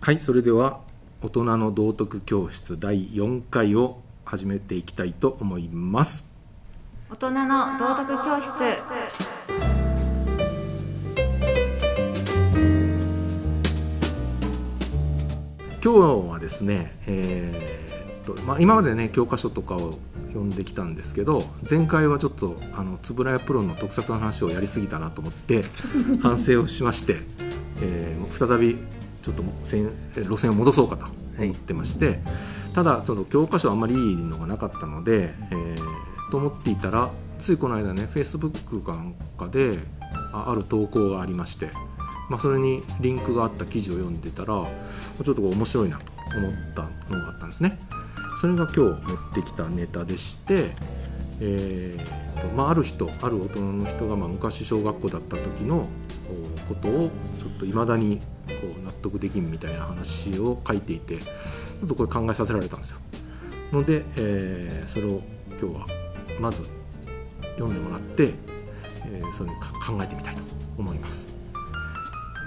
はいそれでは大人の道徳教室第4回を始めていきたいと思います大人の道徳教室今日はですね、えーっとまあ、今までね教科書とかを読んできたんですけど前回はちょっとあの円谷プロの特撮の話をやりすぎたなと思って反省をしまして、えー再びちょっともせん路線を戻そうかと思ってまして、ただちょっと教科書あんまりいいのがなかったので、えーと思っていたらついこの間ね Facebook かなんかであある投稿がありまして、まあ、それにリンクがあった記事を読んでたらちょっとこう面白いなと思ったのがあったんですね。それが今日持ってきたネタでして、えーとまあ、ある人ある大人の人がまあ昔小学校だった時のおことをちょっといまだにこう納得できんみたいな話を書いていてちょっとこれ考えさせられたんですよ。ので、えーそれを今日はまず読んでもらって、えーそれをか考えてみたいと思います。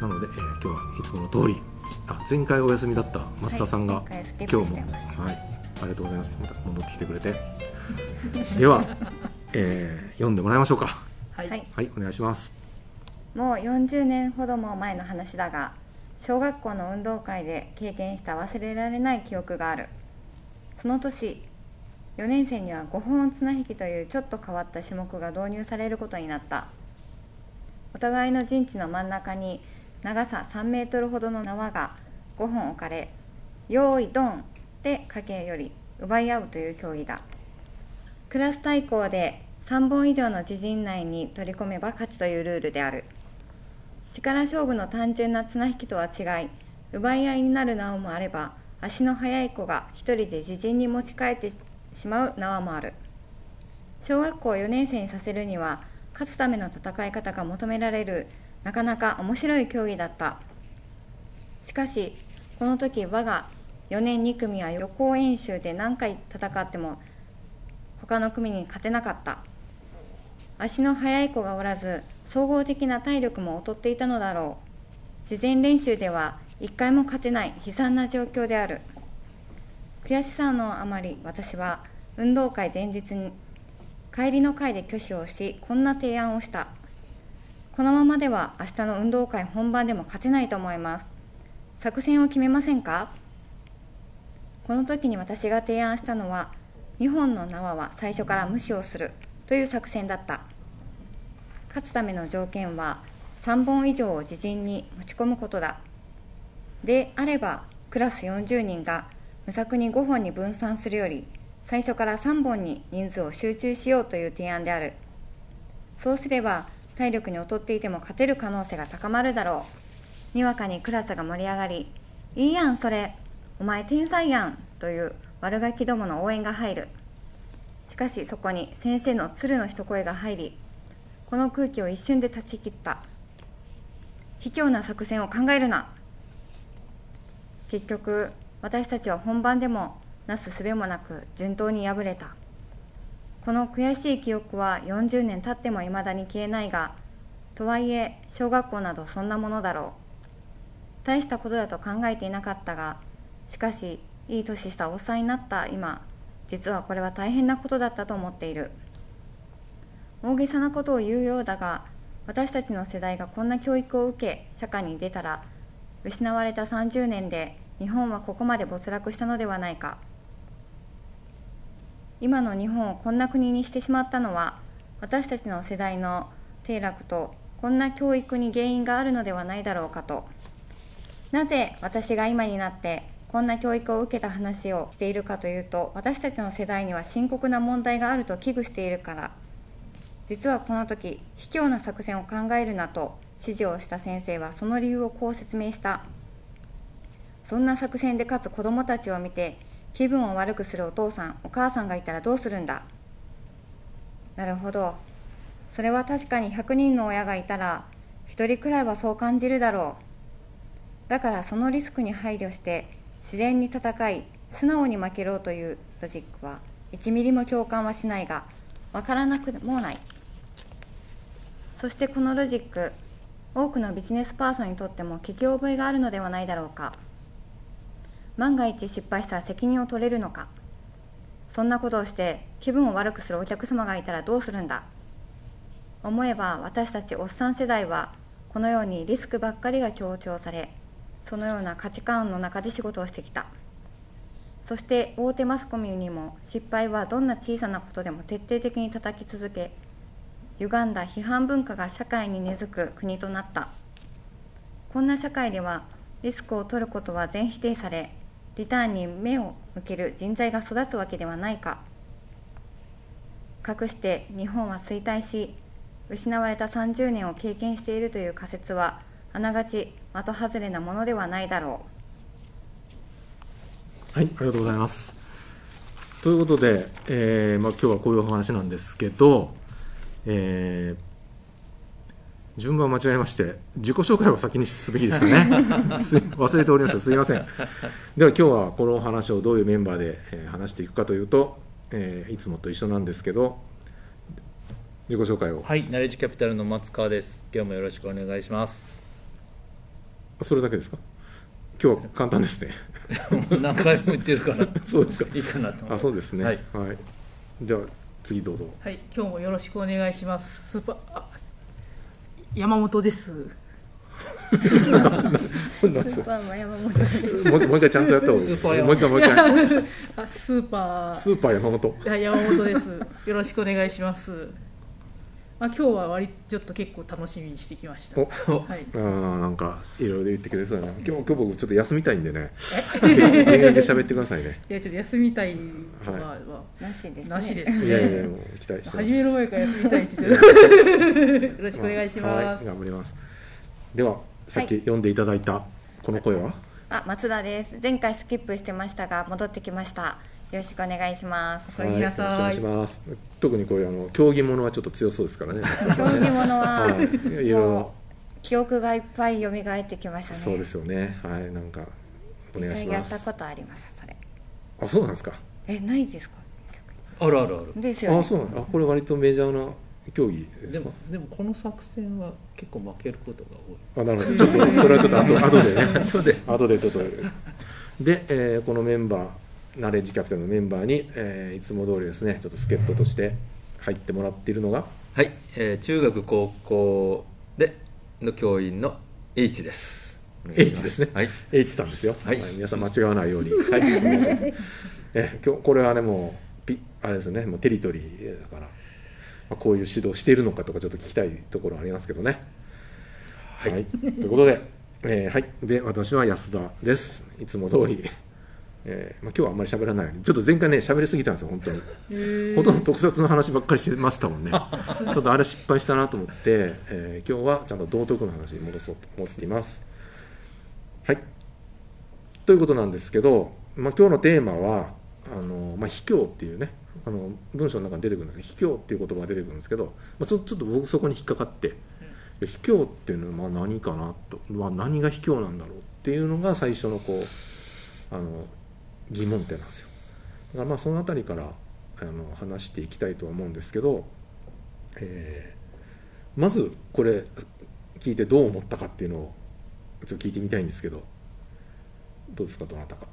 なので、えー今日はいつもの通りあ前回お休みだった松田さんが、はい前回スケップ今日しも、てましたはい、ありがとうございます。また戻ってきてくれて。 では、えー読んでもらいましょうか。はい、はいはい、お願いします。もう40年ほども前の話だが小学校の運動会で経験した忘れられない記憶があるその年4年生には5本綱引きというちょっと変わった種目が導入されることになったお互いの陣地の真ん中に長さ3メートルほどの縄が5本置かれ「用意ドン!」で家計より奪い合うという競技だクラス対抗で3本以上の自陣内に取り込めば勝ちというルールである力勝負の単純な綱引きとは違い奪い合いになる縄もあれば足の速い子が一人で自陣に持ち帰ってしまう縄もある小学校4年生にさせるには勝つための戦い方が求められるなかなか面白い競技だったしかしこの時我が4年2組は予行演習で何回戦っても他の組に勝てなかった足の速い子がおらず総合的な体力も劣っていたのだろう事前練習では1回も勝てない悲惨な状況である悔しさのあまり私は運動会前日に帰りの会で挙手をしこんな提案をしたこのままでは明日の運動会本番でも勝てないと思います作戦を決めませんかこの時に私が提案したのは2本の縄は最初から無視をするという作戦だった勝つための条件は3本以上を自陣に持ち込むことだであればクラス40人が無策に5本に分散するより最初から3本に人数を集中しようという提案であるそうすれば体力に劣っていても勝てる可能性が高まるだろうにわかにクラスが盛り上がり「いいやんそれお前天才やん」という悪ガキどもの応援が入るしかしそこに先生の鶴の一声が入りこの空気を一瞬で断ち切った卑怯な作戦を考えるな結局私たちは本番でもなすすべもなく順当に敗れたこの悔しい記憶は40年経ってもいまだに消えないがとはいえ小学校などそんなものだろう大したことだと考えていなかったがしかしいい年したおっさんになった今実はこれは大変なことだったと思っている大げさなことを言うようだが私たちの世代がこんな教育を受け社会に出たら失われた30年で日本はここまで没落したのではないか今の日本をこんな国にしてしまったのは私たちの世代の低落とこんな教育に原因があるのではないだろうかとなぜ私が今になってこんな教育を受けた話をしているかというと私たちの世代には深刻な問題があると危惧しているから実はこの時卑怯な作戦を考えるなと指示をした先生はその理由をこう説明したそんな作戦で勝つ子どもたちを見て気分を悪くするお父さんお母さんがいたらどうするんだなるほどそれは確かに100人の親がいたら1人くらいはそう感じるだろうだからそのリスクに配慮して自然に戦い素直に負けろというロジックは1ミリも共感はしないがわからなくもないそしてこのロジック多くのビジネスパーソンにとっても聞き覚えがあるのではないだろうか万が一失敗したら責任を取れるのかそんなことをして気分を悪くするお客様がいたらどうするんだ思えば私たちおっさん世代はこのようにリスクばっかりが強調されそのような価値観の中で仕事をしてきたそして大手マスコミにも失敗はどんな小さなことでも徹底的に叩き続け歪んだ批判文化が社会に根付く国となったこんな社会ではリスクを取ることは全否定されリターンに目を向ける人材が育つわけではないかかくして日本は衰退し失われた30年を経験しているという仮説はあながち的外れなものではないだろうはい、ありがとうございます。ということで、えーまあ、今日はこういうお話なんですけど、えー順番を間違えまして自己紹介を先にすべきでした ねすい忘れておりましたすいませんでは今日はこのお話をどういうメンバーで、えー話していくかというと、えーいつもと一緒なんですけど自己紹介を、はい、ナレッジキャピタルの松川です。今日もよろしくお願いします。 それだけですか今日は簡単ですね何回も言ってるから、 そうですかいいかなと思あう。そうですねはいはい、では次どうぞはい、今日もよろしくお願いします。スーパーあ山本です。スーパーマン山本ですもうもう一回ちゃんとやった方がいいスーパー山本もう一回もう一 回あ、スーパスーパー山本ーあ山本です。よろしくお願いします。まあ今日は割とちょっと結構楽しみにしてきました。おはい。あーなんかいろいろ言ってくれそうだね今日今日僕ちょっと休みたいんでね 減減塩で喋ってくださいねいやちょっと休みたいとかはなしですねなしですいね。やいやもう期待してます始める前から休みたいって言ってたよろしくお願いしまはすい。頑張りますではさっき読んでいただいたこの声は、あ松田です前回スキップしてましたが戻ってきましたよろしくお願いしますおかえりなさいよろしくお願いします特にこういうあの競技ものはちょっと強そうですからね松競田さん技ねものははいいろいろもう記憶がいっぱい蘇ってきましたねそうですよねはいなんかお願実いし際やまったすことありますそれあそうなんですかえないですかあるあるある。ですよねあそうなんだあこれ割とメジャーな競技ですでかも、でもこの作戦は結構負けることがあ多い。なるほどちょっとそれはちょっと 後後でね後で後でちょっとで、えーこのメンバーナレッジキャプテンのメンバーに、えーいつも通りですねちょっと助っ人として入ってもらっているのがはい、えー中学高校での教員の H です。お願いしま H ですねはい、 H さんですよ、はい皆さん間違わないように、 え今日これはねもうピあれですねもうテリトリーだから、まあ、こういう指導しているのかとかちょっと聞きたいところありますけどねはい、ということで、えーはいで私は安田ですいつも通り、えーまあ、今日はあんまり喋らないようにちょっと前回ね喋りすぎたんですよ本当にほとんど特撮の話ばっかりしてましたもんね ちょっとあれ失敗したなと思って、えー今日はちゃんと道徳の話に戻そうと思っていますはいということなんですけど、まあ、今日のテーマは「あのまあ、卑怯」っていうねあの文章の中に出てくるんですけど卑怯っていう言葉が出てくるんですけど、まあ、ちょちょっと僕そこに引っかかって卑怯っていうのはまあ何かなと、まあ、何が卑怯なんだろうっていうのが最初のこうあの疑問点なんですよだからまあその辺りからあの話していきたいとは思うんですけど、えーまずこれ聞いてどう思ったかっていうのをちょっと聞いてみたいんですけどどうですかどなたか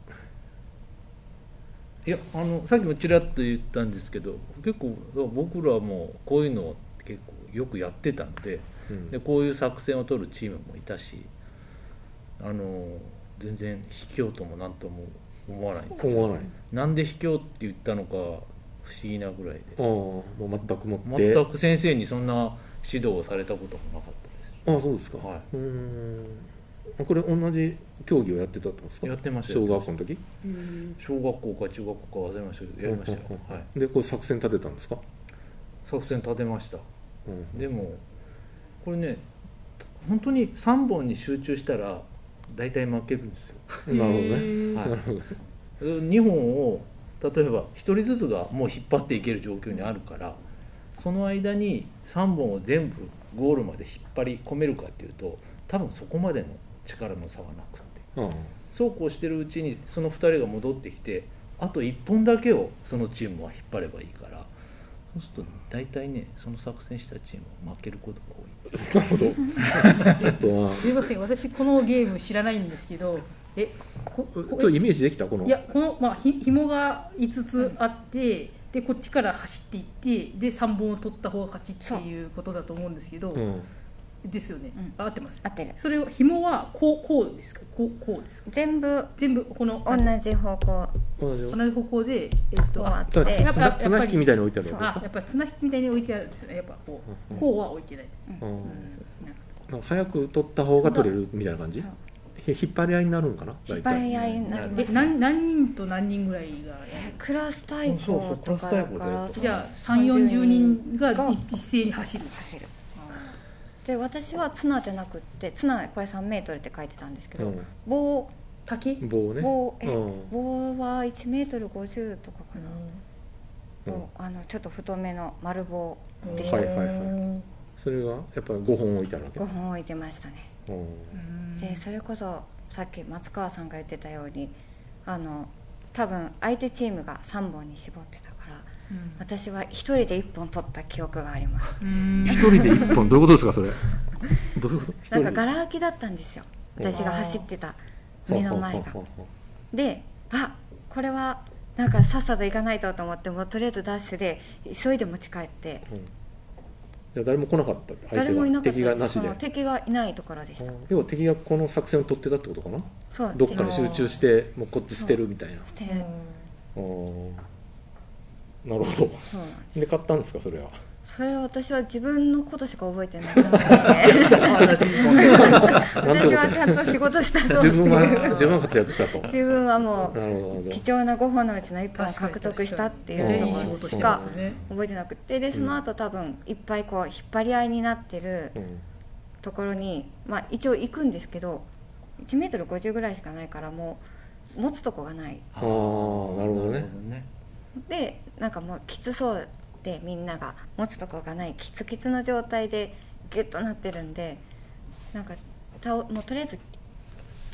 いや、あの、さっきもちらっと言ったんですけど、結構僕らもこういうのを結構よくやってたんで、うんでこういう作戦を取るチームもいたし、あの、全然卑怯ともなんとも思わないんですけど思わないなんで卑怯って言ったのか不思議なぐらいでああもう全くもって全く先生にそんな指導をされたこともなかったですああそうですか、はうーんあこれ同じ競技をやってたってことですかやってました小学校の時小学校か中学校か忘れましたけどやりましたよ、うんうんうんはい、でこう作戦立てたんですか、作戦立てましたうんでもこれね本当に3本に集中したら大体負けるんですよ、なるほどねねはなるほどい、2本を例えば1人ずつがもう引っ張っていける状況にあるからその間に3本を全部ゴールまで引っ張り込めるかっていうと多分そこまでの力の差はなくってああそうこうしてるうちにその2人が戻ってきてあと1本だけをそのチームは引っ張ればいいからそうすると大体ねその作戦したチームは負けることが多いなるほどちょっとまあすいません、私このゲーム知らないんですけど、えこちこょっとイメージできたこのいやこの、まあ、ひ紐が5つあって、でこっちから走っていってで3本を取った方が勝ちっていうことだと思うんですけど、うん、ですよね、うんあ合ってます合ってるそれを紐はこうこうですかこうこうですか全部全部この同じ方向同じよ同じ方向でえっことうああっつまりてやっぱ綱綱引きみたいに置いてあるわあやっぱ綱引きみたいに置いてあるんですよねやっぱこう、うんこうは置いてないです、けですか、うんなんかなんか早く取った方が取れるみたいな感じそうひ引っ張り合いになるんかな引大っ張体り合いになりまえすね何何人と何人ぐらいがやるクラス対そうそ抗うクとラスか対だ抗でからじゃあ3 4 0人がが一斉に走る走るで私は綱じゃなくって綱これ3メートルって書いてたんですけど、棒竹棒ね棒え、うん棒は1メートル50とかかな、うん棒あのちょっと太めの丸棒でした、はいはいはそれがやっぱり5本置いてあるわけ5本置いてましたね、うんうんでそれこそさっき松川さんが言ってたようにあの多分相手チームが3本に絞ってたからうん私は1人で1本取った記憶がありますうん一人で1本どういうことですかそれどういうことなんかガラ空きだったんですよ私が走ってた目の前がほうほうほうであこれはなんかさっさと行かないとと思ってもうとりあえずダッシュで急いで持ち帰ってほううんじゃあ誰も来なかった相誰もい手が敵がなかったでなすしそでの敵がいないところでしたうん要は敵がこの作戦を取ってたってことかなそうどっかにで集中してもうこっち捨てるみたいな捨てるうんなるほどそうなんで買ったんですかそれはそれは私は自分のことしか覚えてないので 私はちゃんと仕事したぞっ自ていう分は自分は活躍したと自分はもうなるほどなるほど貴重な5本のうちの1本を獲得したっていめっうちゃといいこ仕ろし事してまかすね覚えてなくてでその後多分いっぱいこう引っ張り合いになってるうんところに、まあ、一応行くんですけど1メートル5 0ぐらいしかないからもう持つとこがないああなるほどねでなんかもうきつそうでみんなが持つとこがないきつきつの状態でギュッとなってるんでなんか倒もうとりあえず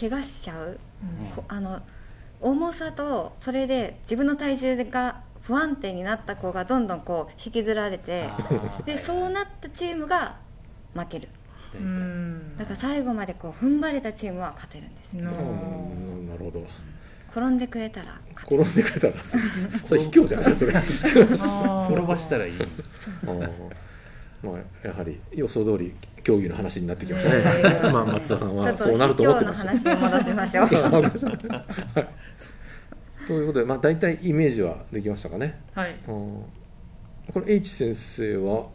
怪我しちゃうこあの重さとそれで自分の体重が不安定になった子がどんどんこう引きずられてでそうなったチームが負けるうんだから最後までこう踏ん張れたチームは勝てるんですうなあんなるほど転んでくれたら勝て転んでくれたらそれ卑怯じゃないですかそれあー転ばしたらいいまあやはり予想通り競技の話になってきましたねねえまあ松田さんるちょっはとそうなると思ってのました話に戻しましょ うわかりましたはいということでまあ大体イメージはできましたかねはいうんこれ H 先生は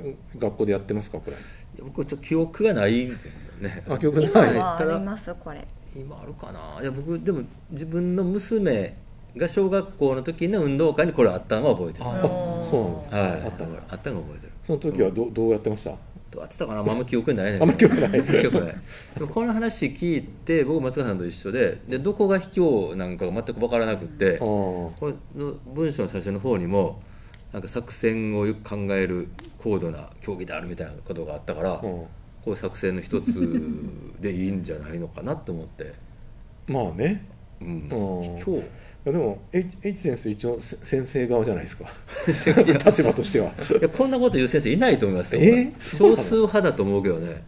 うん学校でやってますかこれいや僕はちょっと記憶がないんだよねあ記憶今ないはありますこれ今あるかないや僕でも自分の娘が小学校の時の運動会にこれあったのは覚えてるあはいそうなんですああっったたののがあったのが覚えてるその時はどうどうやってましたどうやってたかなあんま記憶にないねあんま記憶ない記憶ないでもこの話聞いて僕松川さんと一緒ででどこが卑怯なんかが全く分からなくてあこーれの文章の最初の方にもなんか作戦をよく考える高度な競技であるみたいなことがあったから、うんこういう作戦の一つでいいんじゃないのかなと思って、まあねうん、うん卑怯いやでも H, H 先生一応せ先生側じゃないですか いや立場としてはいやこんなこと言う先生いないと思いますよ、えー少数派だと思うけどね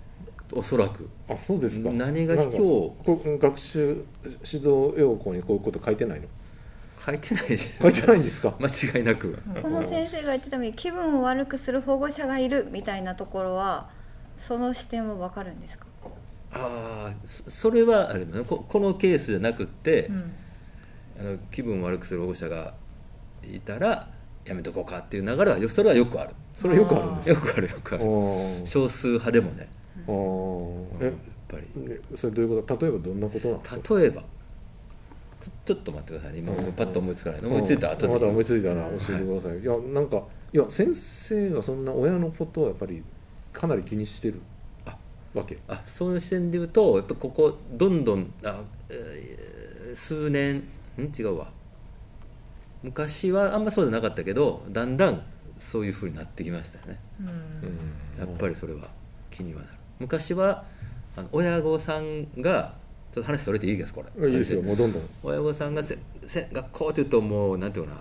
おそらくあそうですか何が卑怯なんかこう学習指導要項にこういうこと書いてないの書いてないです 書いてないんですか間違いなくこの先生が言ってたように気分を悪くする保護者がいるみたいなところはその視点はわかるんですかああそそれはあれだねここのケースじゃなくって、うんあの気分を悪くする保護者がいたらやめとこうかっていう流れはよそれはよくあるそれよくあるんですよくあるよくあかるおー少数派でもねおーえやっぱりえそれどういうこと例えばどんなことなんですか例えばちょちょっと待ってくださいね今うんパッと思いつかないの思いついた後まだ思いでついたら教えてください、い、やなんかいや先生はそんな親のことをやっぱりかなり気にしてるあわけあそういう視点で言うとやっぱここどんどんあ、えー数年ん違うわ昔はあんまそうじゃなかったけどだんだんそういうふうになってきましたよねうんやっぱりそれは気にはなる昔はあの親御さんがちょっと話それていいですこれいいですよもうどんどん親御さんがせせ学校って言うともうなんていうかな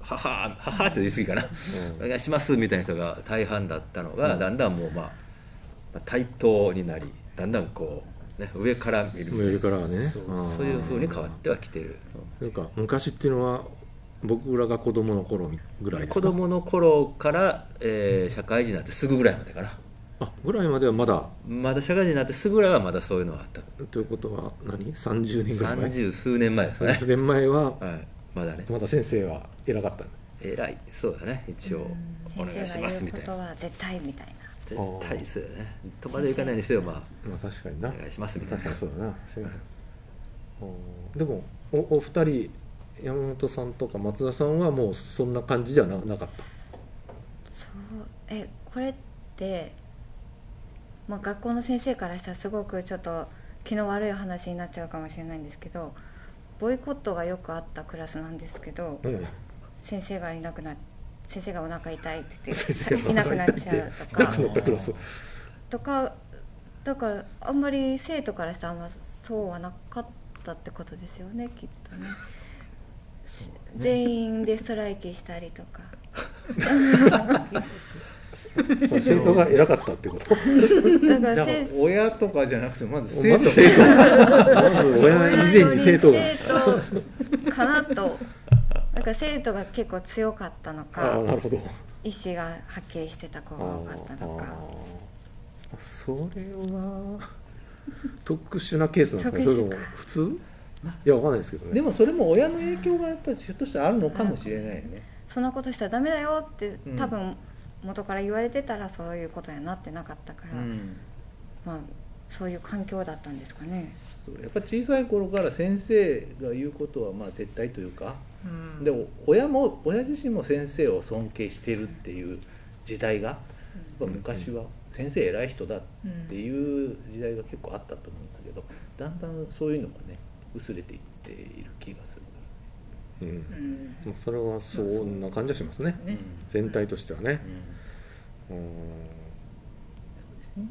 母母って言い過ぎかな、うんお願いしますみたいな人が大半だったのが、うんだんだんもうまあまあ対等になりだんだんこうね、上から見る上からはねそうあーそういうふうに変わってはきてるなんか昔っていうのは僕らが子供の頃ぐらいですか子供の頃から、えー社会人になってすぐぐらいまでかなあぐらいまではまだまだ社会人になってすぐぐらいはまだそういうのはあったということは何30年ぐらい前三十数年前ですね30年前ははいまだねまだ先生は偉かったんだ偉いそうだね一応お願いしますみた先生が言うこいとなは絶対みたいな絶対そうだねとまでいかないにせよままあ確かにあなお願いしますみたい確かなにそうだなせやなうんでもおお二人山本さんとか松田さんはもうそんな感じじゃななかっそうえこれって、まあ、学校の先生からしたらすごくちょっと気の悪い話になっちゃうかもしれないんですけどボイコットがよくあったクラスなんですけどた、うん、先生がいなくな先生がお腹痛いって言先生ってがいなくなっちゃうとなかくなったクラスとかだからあんまり生徒からしたらあんまそうはなかったってことですよねきっとね全員でストライキしたりとかその生徒が偉かったってことだからだから先生親とかじゃなくてまず生まず徒生徒がまず親以前に生徒が生徒かなとなんか生徒が結構強かったのああかなるほど意思がはっきりしてた子が多かったのかあーそれは特殊なケースなんですかねそれとも特殊か普通いやわかんないですけど ねでもそれも親の影響がやっぱりひょっとしたらあるのかもしれないよねそんなことしたらダメだよってうん多分元から言われてたらそういうことやなってなかったから、うんまあそういう環境だったんですかねそうやっぱ小さい頃から先生が言うことはまあ絶対というかうんでも親も親自身も先生を尊敬してるっていう時代がやっぱ昔は先生偉い人だっていう時代が結構あったと思うんだけどだんだんそういうのがね薄れていっている気がする、ううんんまあそれはそんな感じはしますねね全体としてはねうんうんね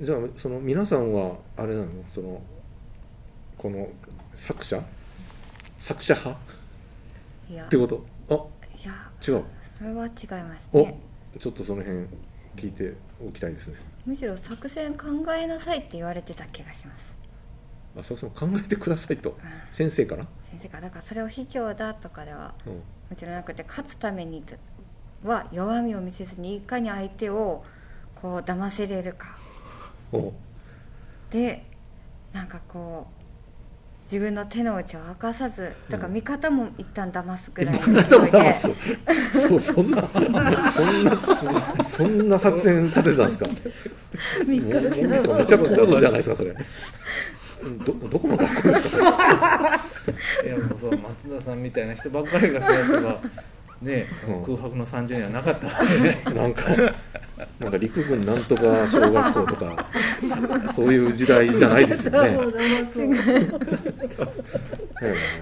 じゃあその皆さんはあれなのそのこの作者作者派いやってことあいや違うそれは違いますおねちょっとその辺聞いておきたいですねむしろ作戦考えなさいって言われてた気がします、あそうそう考えてくださいとうん先生から、先生がだからそれを卑怯だとかではうんもちろんなくて勝つためにとは弱みを見せずにいかに相手をこう騙せれるかおでなんかこう自分の手の内を明かさずだから味方も一旦騙すぐらいにしといてそうそんなそんなそんな作戦立ててたんですか三日だけなんかめちゃくちゃ高度じゃないですかそれどどこの学校ですかいやもうそう松田さんみたいな人ばっかりがそうやってばねうん空白の30年はなかったわけ でそれなんかなんか陸軍なんとか小学校とかそういう時代じゃないです よねそうだなそう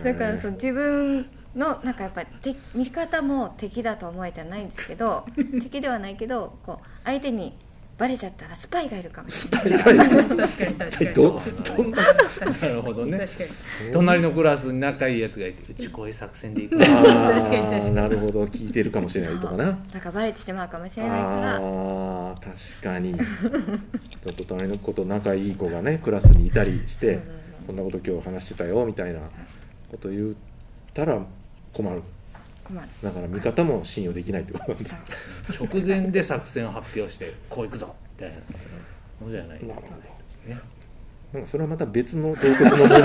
だからそう自分のなんかやっぱり敵味方も敵だと思えてないんですけど敵ではないけどこう相手にバレちゃったらスパイがいるかもしれな大い体確かに確かにどどんななるほどね確かに隣のクラスに仲いいやつがいてうちこういう作戦でいくあわー確かに確かになるほど聞いてるかもしれないとかなそうだからバレてしまうかもしれないからああー確かにちょっと隣の子と仲いい子がねクラスにいたりしそうてそうそうこんなこと今日話してたよみたいなこと言ったら困る困るだから味方も信用できないってことなんそだう直前で作戦を発表してこういくぞみたいなのじゃないなるほどねなんかそれはまた別の道徳の問題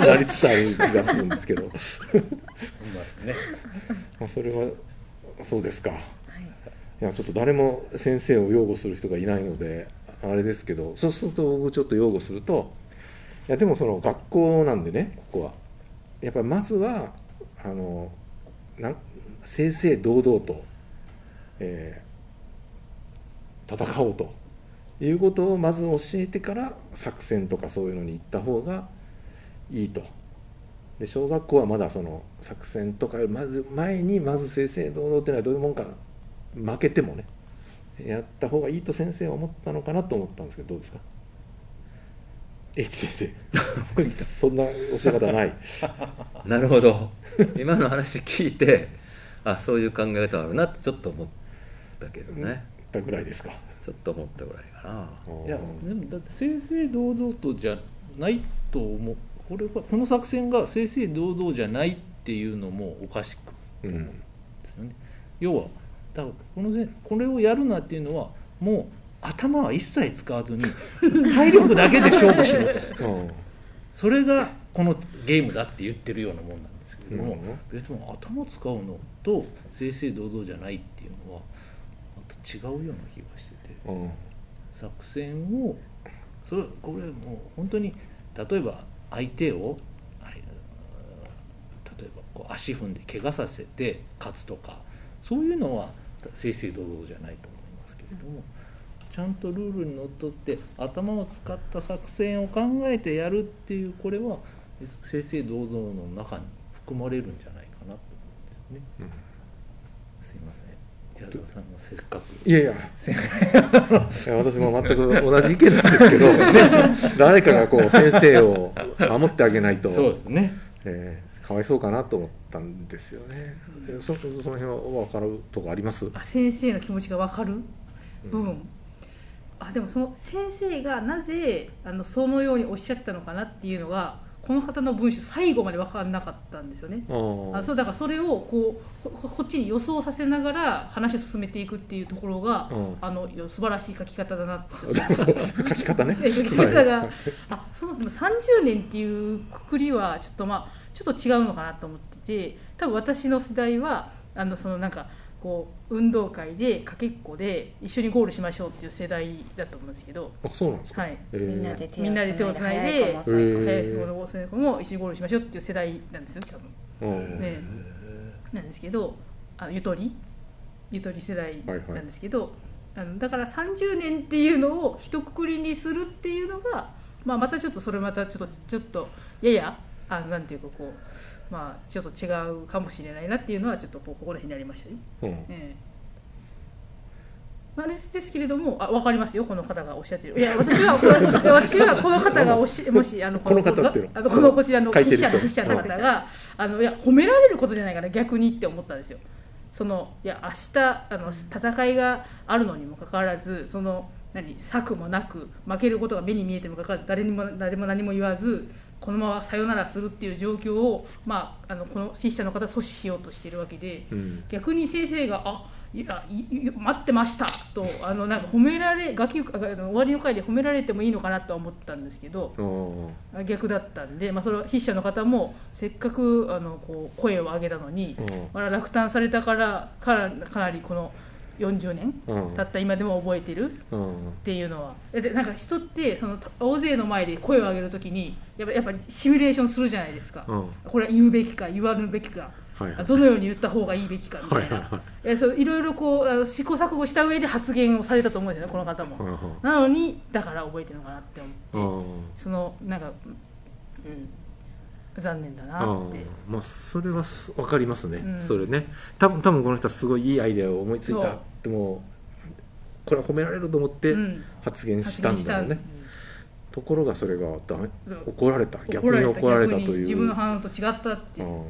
になりつつある気がするんですけどうまいですねまあそれはそうですかいやちょっと誰も先生を擁護する人がいないのであれですけどそうすると僕ちょっと擁護するといやでもその学校なんでねここはやっぱりまずはあのなん正々堂々と、えー戦おうということをまず教えてから作戦とかそういうのに行った方がいいと。で小学校はまだその作戦とかよりまず前にまず正々堂々っていうのはどういうもんか負けてもねやった方がいいと先生は思ったのかなと思ったんですけどどうですか H 先生そんな教え方ないなるほど今の話聞いてあそういう考え方あるなってちょっと思ったけどねだぐらいですかちょっと思ったぐらいかないやでもだって正々堂々とじゃないと思うこれはこの作戦が正々堂々じゃないっていうのもおかしくうん、ですよね要はだからこのねこれをやるなっていうのはもう頭は一切使わず に体力だけで勝負しろとそれがこのゲームだって言ってるようなもんなんですけれども、うん別に頭使うのと正々堂々じゃないっていうのはまた違うような気がしてて作戦をそれこれもう本当に例えば相手をあれ例えばこう足踏んで怪我させて勝つとかそういうのは正々堂々じゃないと思いますけれどもちゃんとルールにのっとって頭を使った作戦を考えてやるっていうこれは正々堂々の中に含まれるんじゃないかなと思うんですよね。すいません矢沢さんがせっかくいやいやいや私も全く同じ意見なんですけど、誰かがこう先生を守ってあげないと、すねえーかわいそうかなと思ったんですよね、えそその辺は分かるとこありますあ先生の気持ちが分かる部分、あでもその先生がなぜあのそのようにおっしゃったのかなっていうのがこの方の文章最後まで分かんなかったんですよねあーあそうだからそれをこうこここっちに予想させながら話を進めていくっていうところが、うんあの素晴らしい書き方だなって 書き方ねえ書き方が、 あそうでも30年っていうくくりはちょっとまあちょっと違うのかなと思ってて多分私の世代はあのそのなんかこう運動会でかけっこで一緒にゴールしましょうっていう世代だと思うんですけど、あそうなんですか、はい、えーみんなで手をみんなで手をつつなないいで早でい子も遅い子もへー早い子も遅い子も一緒にゴールしましょうっていう世代なんですよ多分うんねなんですけどあゆとりゆとり世代なんですけど、あのだから30年っていうのを一括りにするっていうのが、まあ、またちょっとそれまたちょっとちょっとややあのなんていうかこう、まあ、ちょっと違うかもしれないなっていうのはちょっとこう心になりましたね。うんええまあ、ですですけれどもあ分かりますよこの方がおっしゃってるいや私はこのいや 私はこの方がおしもしあのこの方っていうのあのこのこちらの書いて筆る者人の筆者の方があのいや褒められることじゃないかな逆にって思ったんですよそのいや明日あの戦いがあるのにもかかわらずその何策もなく負けることが目に見えてもかかわらず誰にも誰も何も言わずこのままさよならするっていう状況を、まあ、あのこの筆者の方は阻止しようとしてるわけで。うん逆に先生が「あいやいい待ってました」とあのなんか褒められ学級ああの終わりの回で褒められてもいいのかなとは思ったんですけどあー逆だったんで、まあ、それは筆者の方もせっかくあのこう声を上げたのに、まあ、落胆されたからからかなりこの40年うん経った今でも覚えてるうんっていうのはえでなんか人ってその大勢の前で声を上げるときにやっぱやっぱシミュレーションするじゃないですか、うんこれは言うべきか言わぬべきかはいはいどのように言った方がいいべきかみたいはいはいはないえそういろいろこうあの試行錯誤した上で発言をされたと思うんですよねこの方も、うんなのにだから覚えてるのかなってう思うんそのなんか、うん、残念だあなーってまあそれはす分かりますね、うんそれね多分多分この人はすごいいいアイデアを思いついそたうでもこれは褒められると思ってうん発言したんだろうね、発ところがそれがダメうん怒られた言した逆に怒られたと逆にい自う分の反応と違ったってういんう、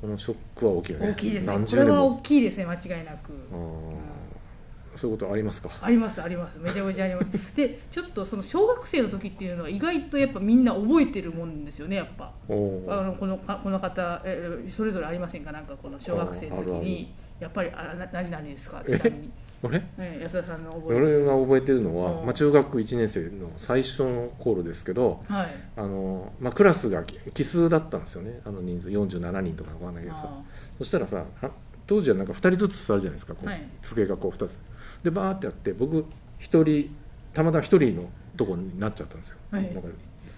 このショックは大きいよね大きいですね何こ十れ年は大もきいですね間違いなく、うんそういうことありますかありますありますめちゃめちゃありますでちょっとその小学生の時っていうのは意外とやっぱみんな覚えてるもんですよねやっぱおーあのこのかこの方ええそれぞれありませんかなんかこの小学生のあ時あるあるにやっぱりあな何々ですかちなみに、俺え安田さんの覚え俺が覚えてるのは、うんまあ、中学1年生の最初の頃ですけどはいあの、まあ、クラスが奇数だったんですよねあの人数47人とかわかんないけどさあそしたらさあ当時はなんか2人ずつ座るじゃないですかこう、はい机がこう2つでバーってやって僕1人たまたま1人のとこになっちゃったんですよ、はいなんか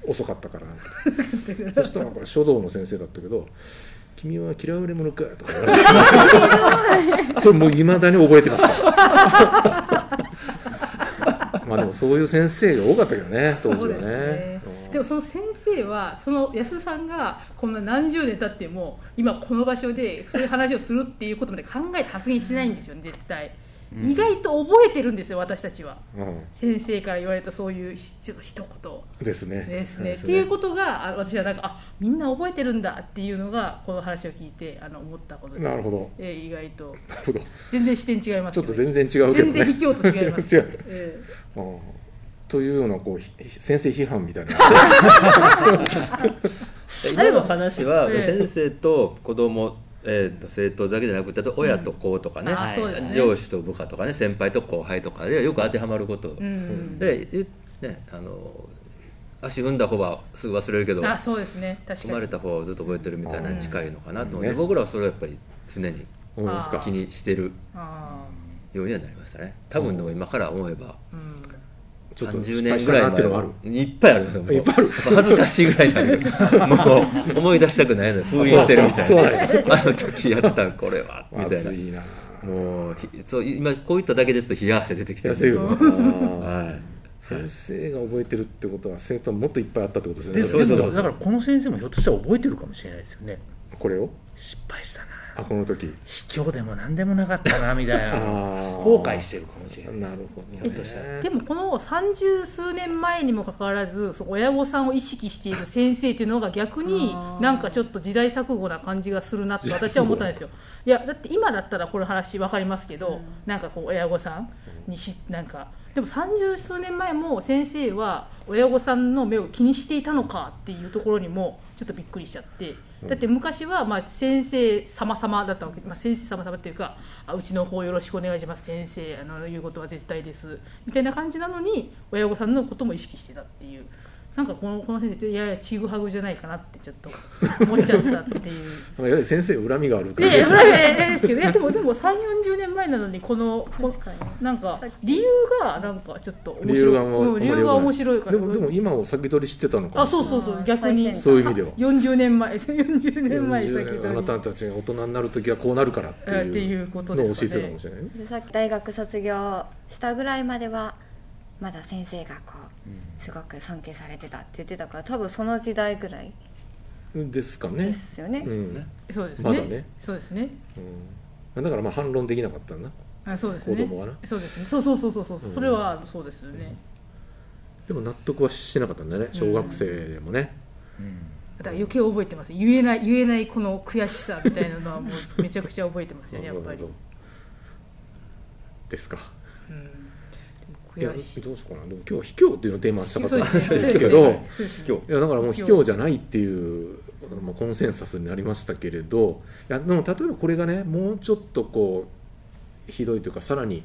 遅かったからなんかそしたらなんか書道の先生だったけど「君は嫌われ者か」とか言われ てそれもういまだに覚えてます まあでもそういう先生が多かったけどね当時そうはですねねでもその先生はその安田さんがこんな何十年経っても今この場所でそういう話をするっていうことまで考えて発言しないんですよね絶対うん意外と覚えてるんですよ私たちはうん先生から言われたそういうひちょっと一言をですね。ですはね。っていうことがあ私はなんかあみんな覚えてるんだっていうのがこの話を聞いてあの思ったことです。なるほど。えー意外となるほど。全然視点違いますちょっけどと全然違うけどね。全然卑怯と違いま す違う。えうんというようなこうひ先生批判みたい な。今の話はええ先生と子供えーと生徒だけじゃなくてあと親と子とかね、うんあそうですね上司と部下とかね先輩と後輩とかでよく当てはまること、ーうんで、ゆね、あの足踏んだ方はすぐ忘れるけどあ踏そうですね確まかれにた方はずっと覚えてるみたいなのに近いのかなと思って、うんね僕らはそれをやっぱり常に思いますか気。にしてるあようにはなりましたね多分でも今から思えばーうんちょっと30失年敗しぐたらいなって前いうのがあるは。いっぱいあるよもういっぱいある恥ずかしいぐらいにある もう思い出したくないのに封印してるみたそういなあの時やったこれはみたい熱ないな。もうひそう今こういっただけですと冷や汗出てきてやるせよ。はい 先生が覚えてるってことは生徒はもっといっぱいあったってことでですそようでね。そうもだからこの先生もひょっとしたら覚えてるかもしれないですよねこれを失敗したなあこの時。卑怯でも何でもなかったなみたいあなー後悔してるかもしれないでなするほどね。ひょっとしたらでもこの三十数年前にもかかわらずその親御さんを意識している先生っていうのが逆にあーなんかちょっと時代錯誤な感じがするなって私は思ったんですよ。いやだって今だったらこの話分かりますけど、んなんかこう親御さんにしなんかでも三十数年前も先生は親御さんの目を気にしていたのかっていうところにもちょっとびっくりしちゃって。だって昔はまあ先生様々だったわけで、まあ、先生様々っていうかあうちの方よろしくお願いします先生あの言うことは絶対ですみたいな感じなのに親御さんのことも意識してたっていうなんかこのこの先生ってややちぐはぐじゃないかなってちょっと思っちゃったっていう。なんかやはり先生恨みがあるからで、ですそ。れはですけど、いやでもでも3、40年前なのにこのこ確かになんかさっき理由がなんがちょっと 面白い理由がもううん理由が面白いから。でもでも今を先取りしてたのかもあ、そうそうあそうー逆に最先端そういう意味では40年前 40年前先40年あなたほたちが大人になる時はこうなるからってえっていいううことのでを教すえかてねたかもしれないねでさっき大学卒業したぐらいまではまだ先生がこうすごく尊敬されてたって言ってたから多分その時代ぐらいですかでね。すよねうんねどそうですまだねねそうですねうん、だからまあ反論できなかったんだあそうですね子供はなそうですねそうそうそうそうそううんそれはそうですよねでも納得はしてなかったんだね小学生でもね、うんだから余計覚えてます言えない言えないこの悔しさみたいなのはもうめちゃくちゃ覚えてますよねやっぱ りなるほどですかうんいや悔しいどうしようかなでも今日は卑怯っていうのをテーマにしたかったんですそうけそうどでそうですね今日いやだからもう卑怯じゃないっていう、まあ、コンセンサスになりましたけれどいやでも例えばこれがねもうちょっとこうひどいというかさらに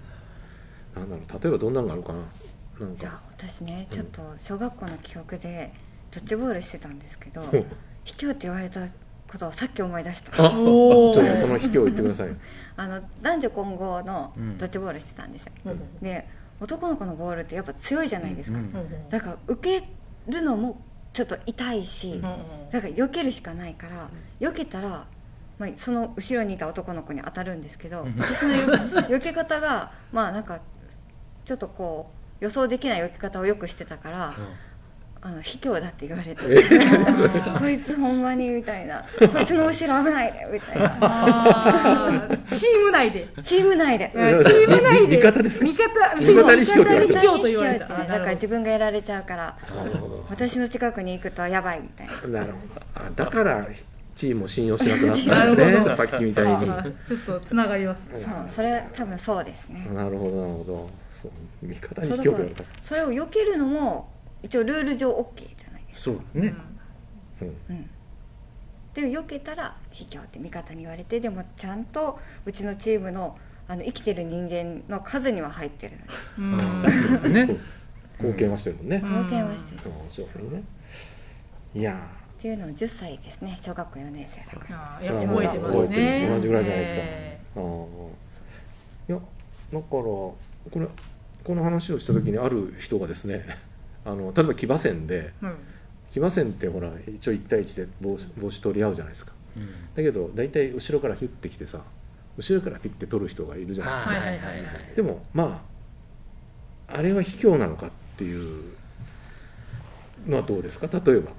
なんだろう例えばどんなのがあるかななんいやか私ねちょっと小学校の記憶でドッジボールしてたんですけどほう卑怯って言われたことをさっき思い出したあおーちょっとその卑怯を言ってくださいよあの男女混合のうんドッジボールしてたんですよ、うんで男の子のボールってやっぱ強いじゃないですか、うんうんだから受けるのもちょっと痛いし、うんだから避けるしかないから避けたら、まあ、その後ろにいた男の子に当たるんですけどうん私のよ避け方がまあなんかちょっとこう予想できない避け方をよくしてたから、あの卑怯だって言われてえこいつほんまにみたいなこいつの後ろ危ないでみたいなあーチーム内でチーム内でチーム内で味方ですか味方味方に卑怯と言われ味た卑方怯とに卑言わ怯れってただから自分がやられちゃうからなるほど私の近くに行くとやばいみたいななるほどあだからチームを信用しなくなったんでなるすねほどさっきみたいにあーちょっとつながりますそうそれ多分そうですねなるほどなるほどそう味方にそ卑怯と言うだかわられたそれを避けるのも一応ルール上 OK じゃないですかそううねんうんで避けたら卑怯って味方に言われてでもちゃんとうちのチームのあの生きてる人間の数には入ってるのでうんねそう貢献はしてるもんね、貢献はしてるうん、そうだねいやっていうのを10歳ですね小学校4年生 だからあーいや覚えてます覚えてねる同じぐらいじゃないですかえーあーいやだからこれこの話をした時にある人がですね あの例えば騎馬戦でーうん騎馬戦ってほら一応1対1で帽子帽子取り合うじゃないですかうんだけど大体後ろからヒュッてきてさ後ろからピッて取る人がいるじゃないですかあーはいはいはいはいでもまああれは卑怯なのかっていうのはどうですか例えば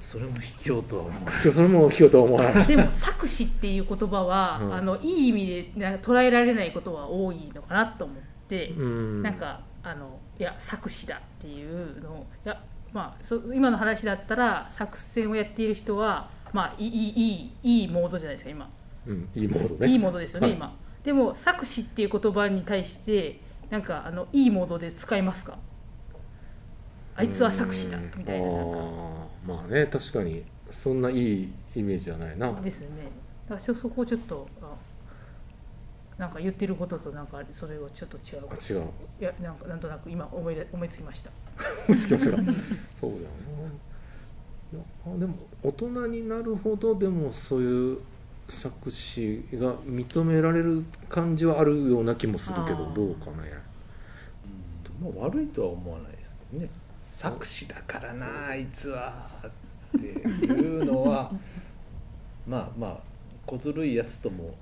それも卑怯とは思うそれも聞こうと思わないでも作詞っていう言葉は、うんあのいい意味でなんか捉えられないことは多いのかなと思って、うんなんかあのいや作詞だっていうのをいや、まあ、そ今の話だったら作戦をやっている人は、まあ、いいいいいいモードじゃないですか今、うんいいモードねいいモードですよね、はい今でも作詞っていう言葉に対してなんかあのいいモードで使いますかあいつは作詞だうんみたいななんかあーまあね確かにそんないいイメージじゃないなですよねだからそそこをちょっとあなんか言ってることとなんかそれをちょっと違あうこと違ういやなんかなんとなく今思い出思いつきました思いつきました そうだよな、いやでも大人になるほどでもそういう作詞が認められる感じはあるような気もするけどあーどうかねまあ悪いとは思わないですけどね作詞だからなあいつはっていうのはまあまあ小ずるいやつとも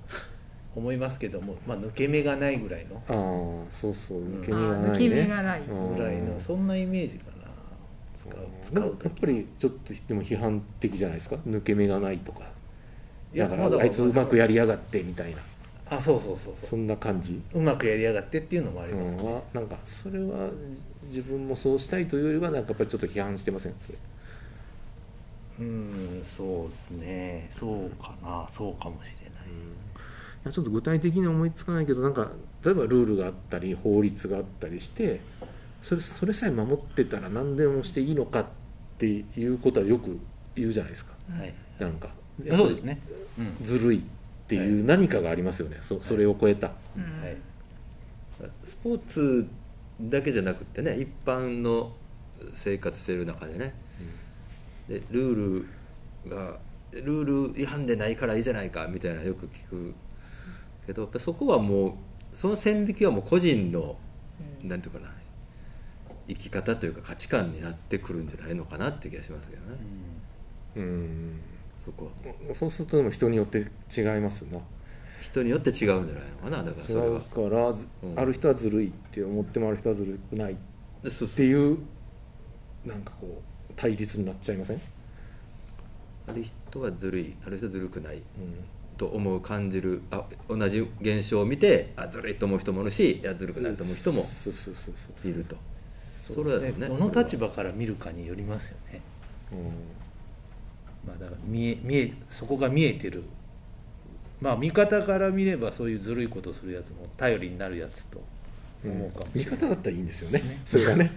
思いますけども、まあ、抜け目がないぐらいのああそうそううん抜けあ目がー抜ないけ目ねがない、うんぐらいのそんなイメージかな使うで使もうやっぱ時りちょっとでも批判的じゃないですか抜け目がないとかいやだからまあいつうまくややりやがってみたいなあそうそうそうそそんな感じううまくやりやがってっていうのもありうます、んはなんかそれは自分もそうしたいというよりはなんかやっぱりちょっと批判してませんそれうんそうですねそうかなそうかもしれないいやちょっと具体的に思いつかないけどなんか例えばルールがあったり法律があったりしてそれそれさえ守ってたら何でもしていいのかっていうことはよく言うじゃないですかはい、なんかそうですね、うんずるいっていう何かがありますよね、そそれを超えた、うんはい、スポーツだけじゃなくってね一般の生活してる中でね、でルールがルール違反でないからいいじゃないかみたいなのよく聞くけどやっぱそこはもうその線引きはもう個人のうんなんていうかな生き方というか価値観になってくるんじゃないのかなって気がしますけどね、うんそこはそうするとでも人によって違いますな人によって違うんじゃないのかなだからそれ違うはからずうんある人はずるいって思ってもある人はずるくないっでそうてそういうなんかこう対立になっちゃいません、ある人はずるいある人はずるくないと思う感じるあ同じ現象を見てあずるいと思う人もいるしいやずるくないと思う人もそうそうそうそういるとそそうれはですねねどの立場から見るかによりますよね、まあ、だから見え見えそこが見えてるまあ見方から見ればそういうずるいことをするやつも頼りになるやつとうん思うかも見しれない、方だったらいいんですよねそれがね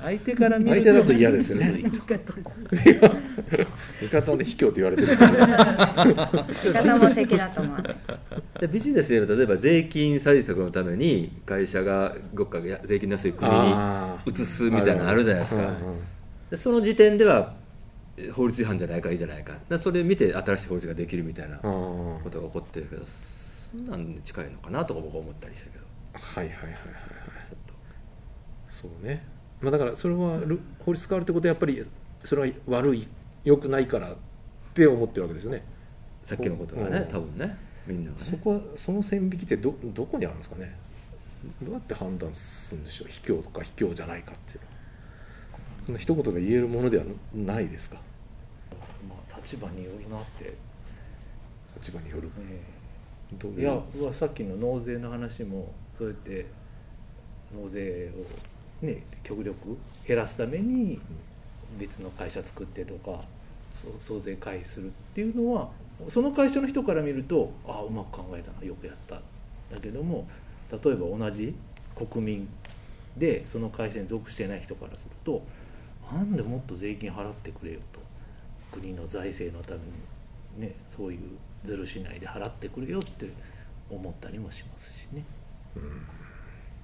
相手から見る相手だと嫌ですよねずる いと見方で卑怯と言われてる人です言い方も素敵だと思うでビジネスで言えば例えば税金対策のために会社がどっかが税金の安い国に移すみたいなのあるじゃないですか、でその時点ではえ法律違反じゃないかいいじゃないかだからそれ見て新しい法律ができるみたいなあーこはとが起こってるけどそんなんに近いのかなとか僕は思ったりしたけいどはいはいはいはいちょっとそうね、まあ、だからそれはル法律変わるってことはやっぱりそれは悪い良くないからって思ってるわけですよねさっきのことがうんね多分ねみんながそねこはその線引きってどどこにあるんですかねどうやって判断するんでしょう卑怯か卑怯じゃないかっていうのはそんな一言で言えるものではないですかまあ立場によるなって、立場によるえどうえいやうわさっきの納税の話もそうやって納税をね極力減らすために別の会社作ってとかそう増税回避するっていうのはその会社の人から見るとああうまく考えたなよくやっただけども例えば同じ国民でその会社に属してない人からするとなんでもっと税金払ってくれよと国の財政のためにねそういうずるしないで払ってくれよって思ったりもしますしね。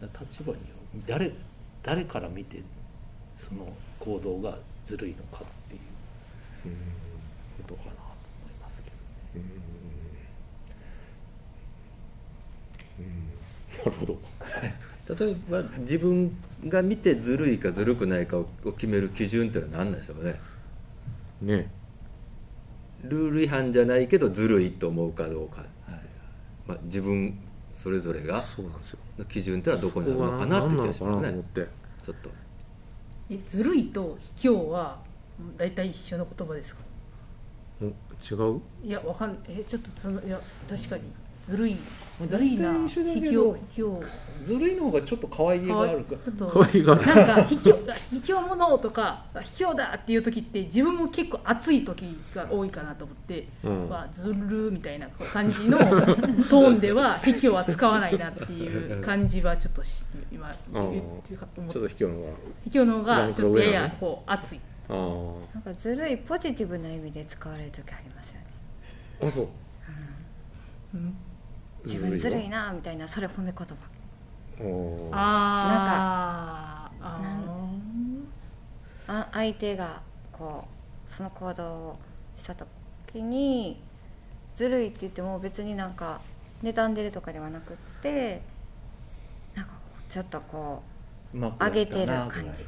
だから立場による誰誰から見てその行動がずるいのかっていうことかなと思いますけどうんうんなるほど例えば自分が見てずるいかずるくないかを決める基準っていうのは何なんでしょうねねルール違反じゃないけどずるいと思うかどうか、はいまあ、自分それぞれがそうなんですよの基準っていうのはどこにあるのかなって気がしますそこが何なのかなと思ねってちょっとえずるいと卑怯はうん大体一緒の言葉ですかお違ういやわかんえちょっとそのいや確かにずるいずるいな大体一緒だけど卑怯卑怯ずるいの方がちょっと可愛げかがわあいるちかょっと可愛いがあるなんか卑怯 卑怯者とかあ卑怯だっていう時って自分も結構熱い時が多いかなと思って、うんまあ、ずるーみたいな感じのトーンでは 卑怯は使わないなっていう感じはちょっとし今うん言ってか思っちょたっと卑怯の卑怯の方ラがンクちがょっ上となのややこう熱いがなんかずるいポジティブな意味で使われる時ありますよねあああそううん自分ずるいななみたいなそれ褒め言葉ああーあなんかーあ相手がこうその行動をした時にずるいって言っても別になんか妬んでるとかではなくってなんかちょっとこうまくう上げてるやったな感ぐらいじ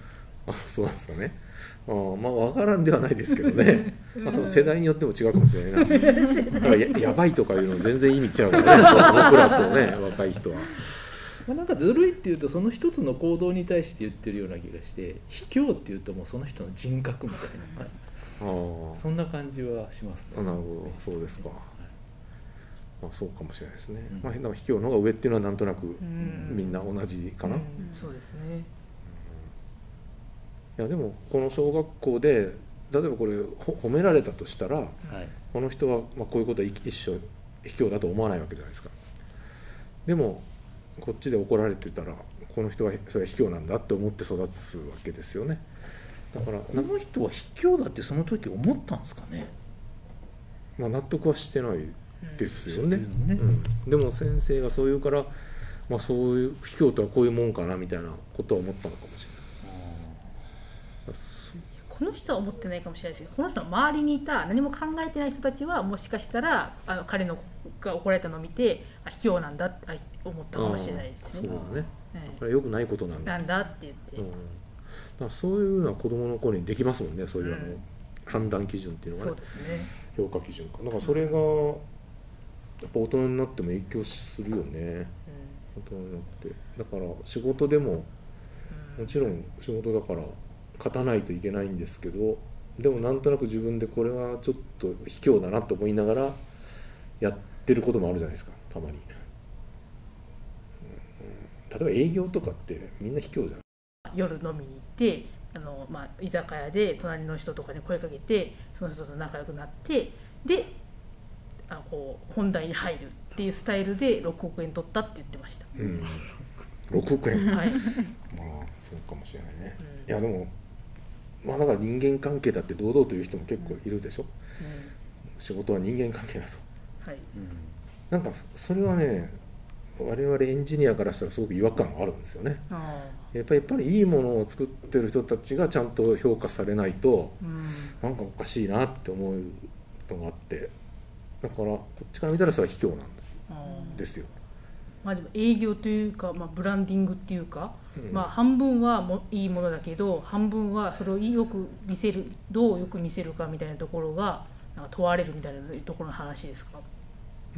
あそうなんですかねあーまあ分からんではないですけど ねまあその世代によっても違うかもしれないななんかややばいとかいうの全然意味違うから ね僕らとね若い人はまあ、なんかずるいっていうとその一つの行動に対して言ってるような気がして卑怯っていうともうその人の人格みたいあーなそんな感じはしますあねなるほどそうですか、まあ、そうかもしれないですね、うんまあ、変な卑怯の方が上っていうのはなんとなくうんみんな同じかな、ういんそうですねやでもこの小学校で例えばこれほ褒められたとしたらはいこの人はまあこういうことは一一生卑怯だと思わないわけじゃないですかでもこっちで怒られてたらこの人はそれは卑怯なんだって思って育つわけですよねだからこな、の人は卑怯だってその時思ったんですかねまあ、納得はしてないですよね、ねうん、でも先生がそう言うから、まあ、そういう卑怯とはこういうもんかなみたいなことは思ったのかもしれないそこの人は思ってないかもしれないですけどこの人の周りにいた何も考えてない人たちはもしかしたらあの彼のが怒られたのを見てあ卑怯なんだってあ思ったかもしれないですねああ。そうだねはいこれは良くないことなんだ,、なんだって言って、うん、だからそういうのは子供の頃にできますもんねそういうあの、うん判断基準っていうのがそねうですね評価基準かだからそれがやっぱ大人になっても影響するよね大人になってだから仕事でもうんもちろん仕事だから勝たないといけないんですけどでもなんとなく自分でこれはちょっと卑怯だなと思いながらやってることもあるじゃないですかたまに、うん例えば営業とかってみんな卑怯じゃん夜飲みに行ってあの、まあ、居酒屋で隣の人とかに声かけてその人と仲良くなってであこう本題に入るっていうスタイルで6億円取ったって言ってました、うん、6億円まあはい、そうかもしれないねうんいやでもまあだから人間関係だって堂々という人も結構いるでしょうん仕事は人間関係だとはいなんかそれはね我々エンジニアからしたらすごく違和感があるんですよねあやっぱりやっぱりいいものを作ってる人たちがちゃんと評価されないとーうんなんかおかしいなって思うのがあってだからこっちから見たらそれは卑怯なんですあーですよ、まあ、でも営業というか、まあ、ブランディングっていうか、うんまあ、半分はもいいものだけど半分はそれをよく見せるどうよく見せるかみたいなところがなんか問われるみたいなところの話ですうか、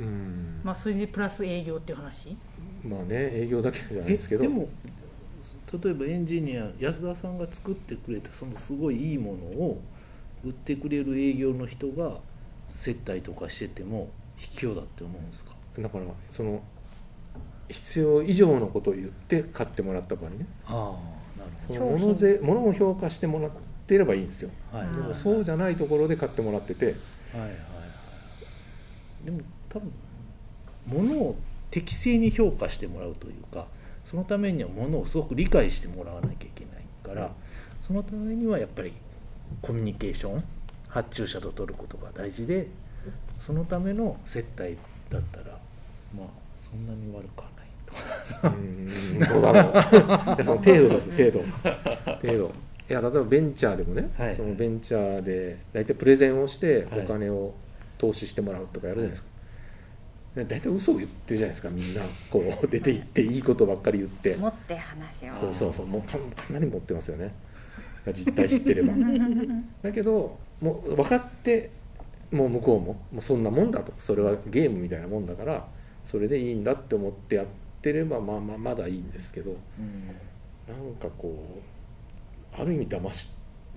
んままあ、それでプラス営業っていう話あね営業だけじゃないえですけどでも例えばエンジニア安田さんが作ってくれたそのすごいいいものを売ってくれる営業の人が接待とかしてても卑怯だって思うんですかだからその必要以上のことを言って買ってもらった場合ねああなるそほの商品物ぜ物を評価してもらってればいいんですよど、はいででもんそうじゃゃないところで買ってもらっててはいはいはいでも多分物を適正に評価してもらうというかそのためには物をすごく理解してもらわなきゃいけないから、そのためにはやっぱりコミュニケーション発注者と取ることが大事でそのための接待だったらまあそんなに悪くはないとうーんどうだろういやその程度です程度程度いや例えばベンチャーでもね、はいそのベンチャーで大体プレゼンをしてはいお金を投資してもらうとかやるじゃないですか、で大体嘘を言ってるじゃないですかみんなこう出て行っていいことばっかり言って持って話をそうそうそうもうかかなり持ってますよね実態知ってればだけどもう分かってもう向こうももうそんなもんだとそれはゲームみたいなもんだからそれでいいんだって思ってやってればまあまあまだいいんですけどなんかこうある意味騙し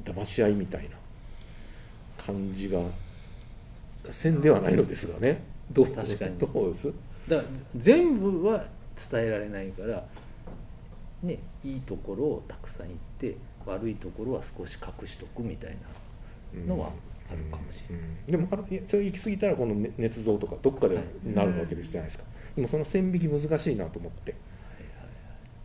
騙し合いみたいな感じがせんではないのですがねどう確かにどうですだから全部は伝えられないから、ね、いいところをたくさん言って悪いところは少し隠しとくみたいなのはあるかもしれない、うんでもあのいやそれ行き過ぎたらこのね捏造とかどっかでなるわけじゃないですか、でもその線引き難しいなと思って、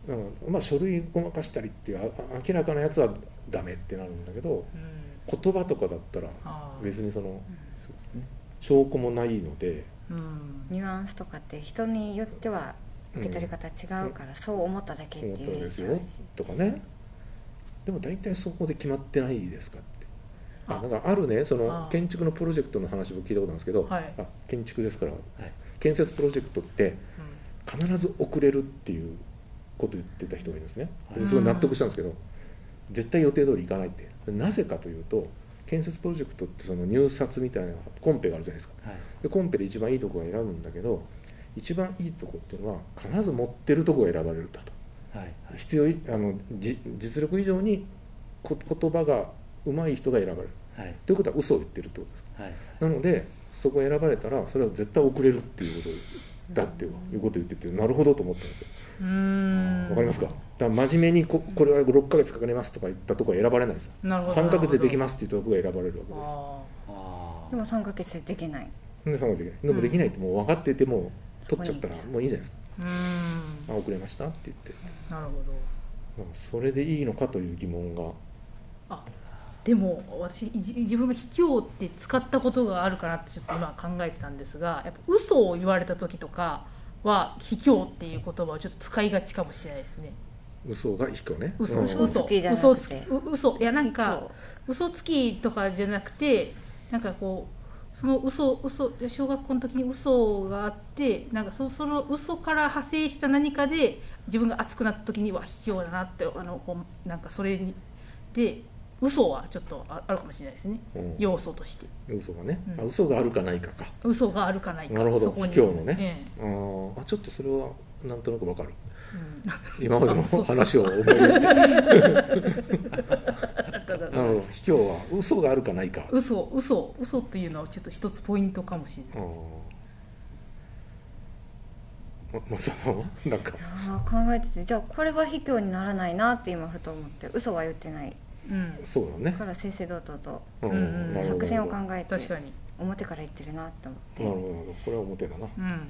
だからまあ書類ごまかしたりっていうああ明らかなやつはダメってなるんだけどうん言葉とかだったらあー別にその証拠もないので、うんニュアンスとかって人によっては受け取り方違うから、そう思っただけって本当言でえすちゃうよしとかねでも大体そこで決まってないですかってああなんかあるねそのあ建築のプロジェクトの話を聞いたことなんですけど、はいあ建築ですから、建設プロジェクトってう必ず遅れるっていうことを言ってた人がいるんですね、いすごい納得したんですけど絶対予定通り行かないってなぜかというと建設プロジェクトってその入札みたいなコンペがあるじゃないですかない、でコンペで一番いいとこを選ぶんだけど一番いいとこっていうのは必ず持ってるとこが選ばれるんだとはいはいはい必要いあのじ実力以上にこ言葉が上手い人が選ばれるはいということは嘘を言ってるってことですはいなのでそこ選ばれたらそれは絶対遅れるっていうことだっていういうことを言っててなるほどと思ったんですよんわかりますかだから真面目にここれは6ヶ月かかりますとか言ったとこは選ばれないですよなるほど3ヶ月でできすますっていうとこが選ばれるわけですあでも3ヶ月でできないで3ヶ月できないでもできないってもう分かってても取っちゃったらそこにもういいじゃないですうんかあ遅れましたって言ってなるほどまあそれでいいのかという疑問があでも私いじ自分が卑怯って使ったことがあるかなってちょっと今考えてたんですがやっぱ嘘を言われた時とかは卑怯っていう言葉をちょっと使いがちかもしれないですね嘘が卑怯ね嘘うん嘘つきじゃな嘘くつきてう嘘いやなんか嘘つきとかじゃなくてなんかこうその嘘嘘小学校の時に嘘があってなんかそその嘘から派生した何かで自分が熱くなった時には卑怯だなってあのこうなんかそれにで嘘はちょっとああるかもしれないですねうん要素として嘘がね、うんあ嘘があるかないかか嘘があるかないかなるほどそこに卑怯のねえあーあちょっとそれはなんとなくわ かるえうん今までのあそう話を思い出してなるほどだから卑怯は嘘があるかないか嘘嘘嘘っていうのはちょっと一つポイントかもしれないあーま松田さんはなんかいやー考えててじゃあこれは卑怯にならないなって今ふと思って嘘は言ってないうんそうだねだから正々堂々とうんうんなるほ作ど戦を考なるえて確かに表から言ってるなってほどなる思ってほどこれは表だなうん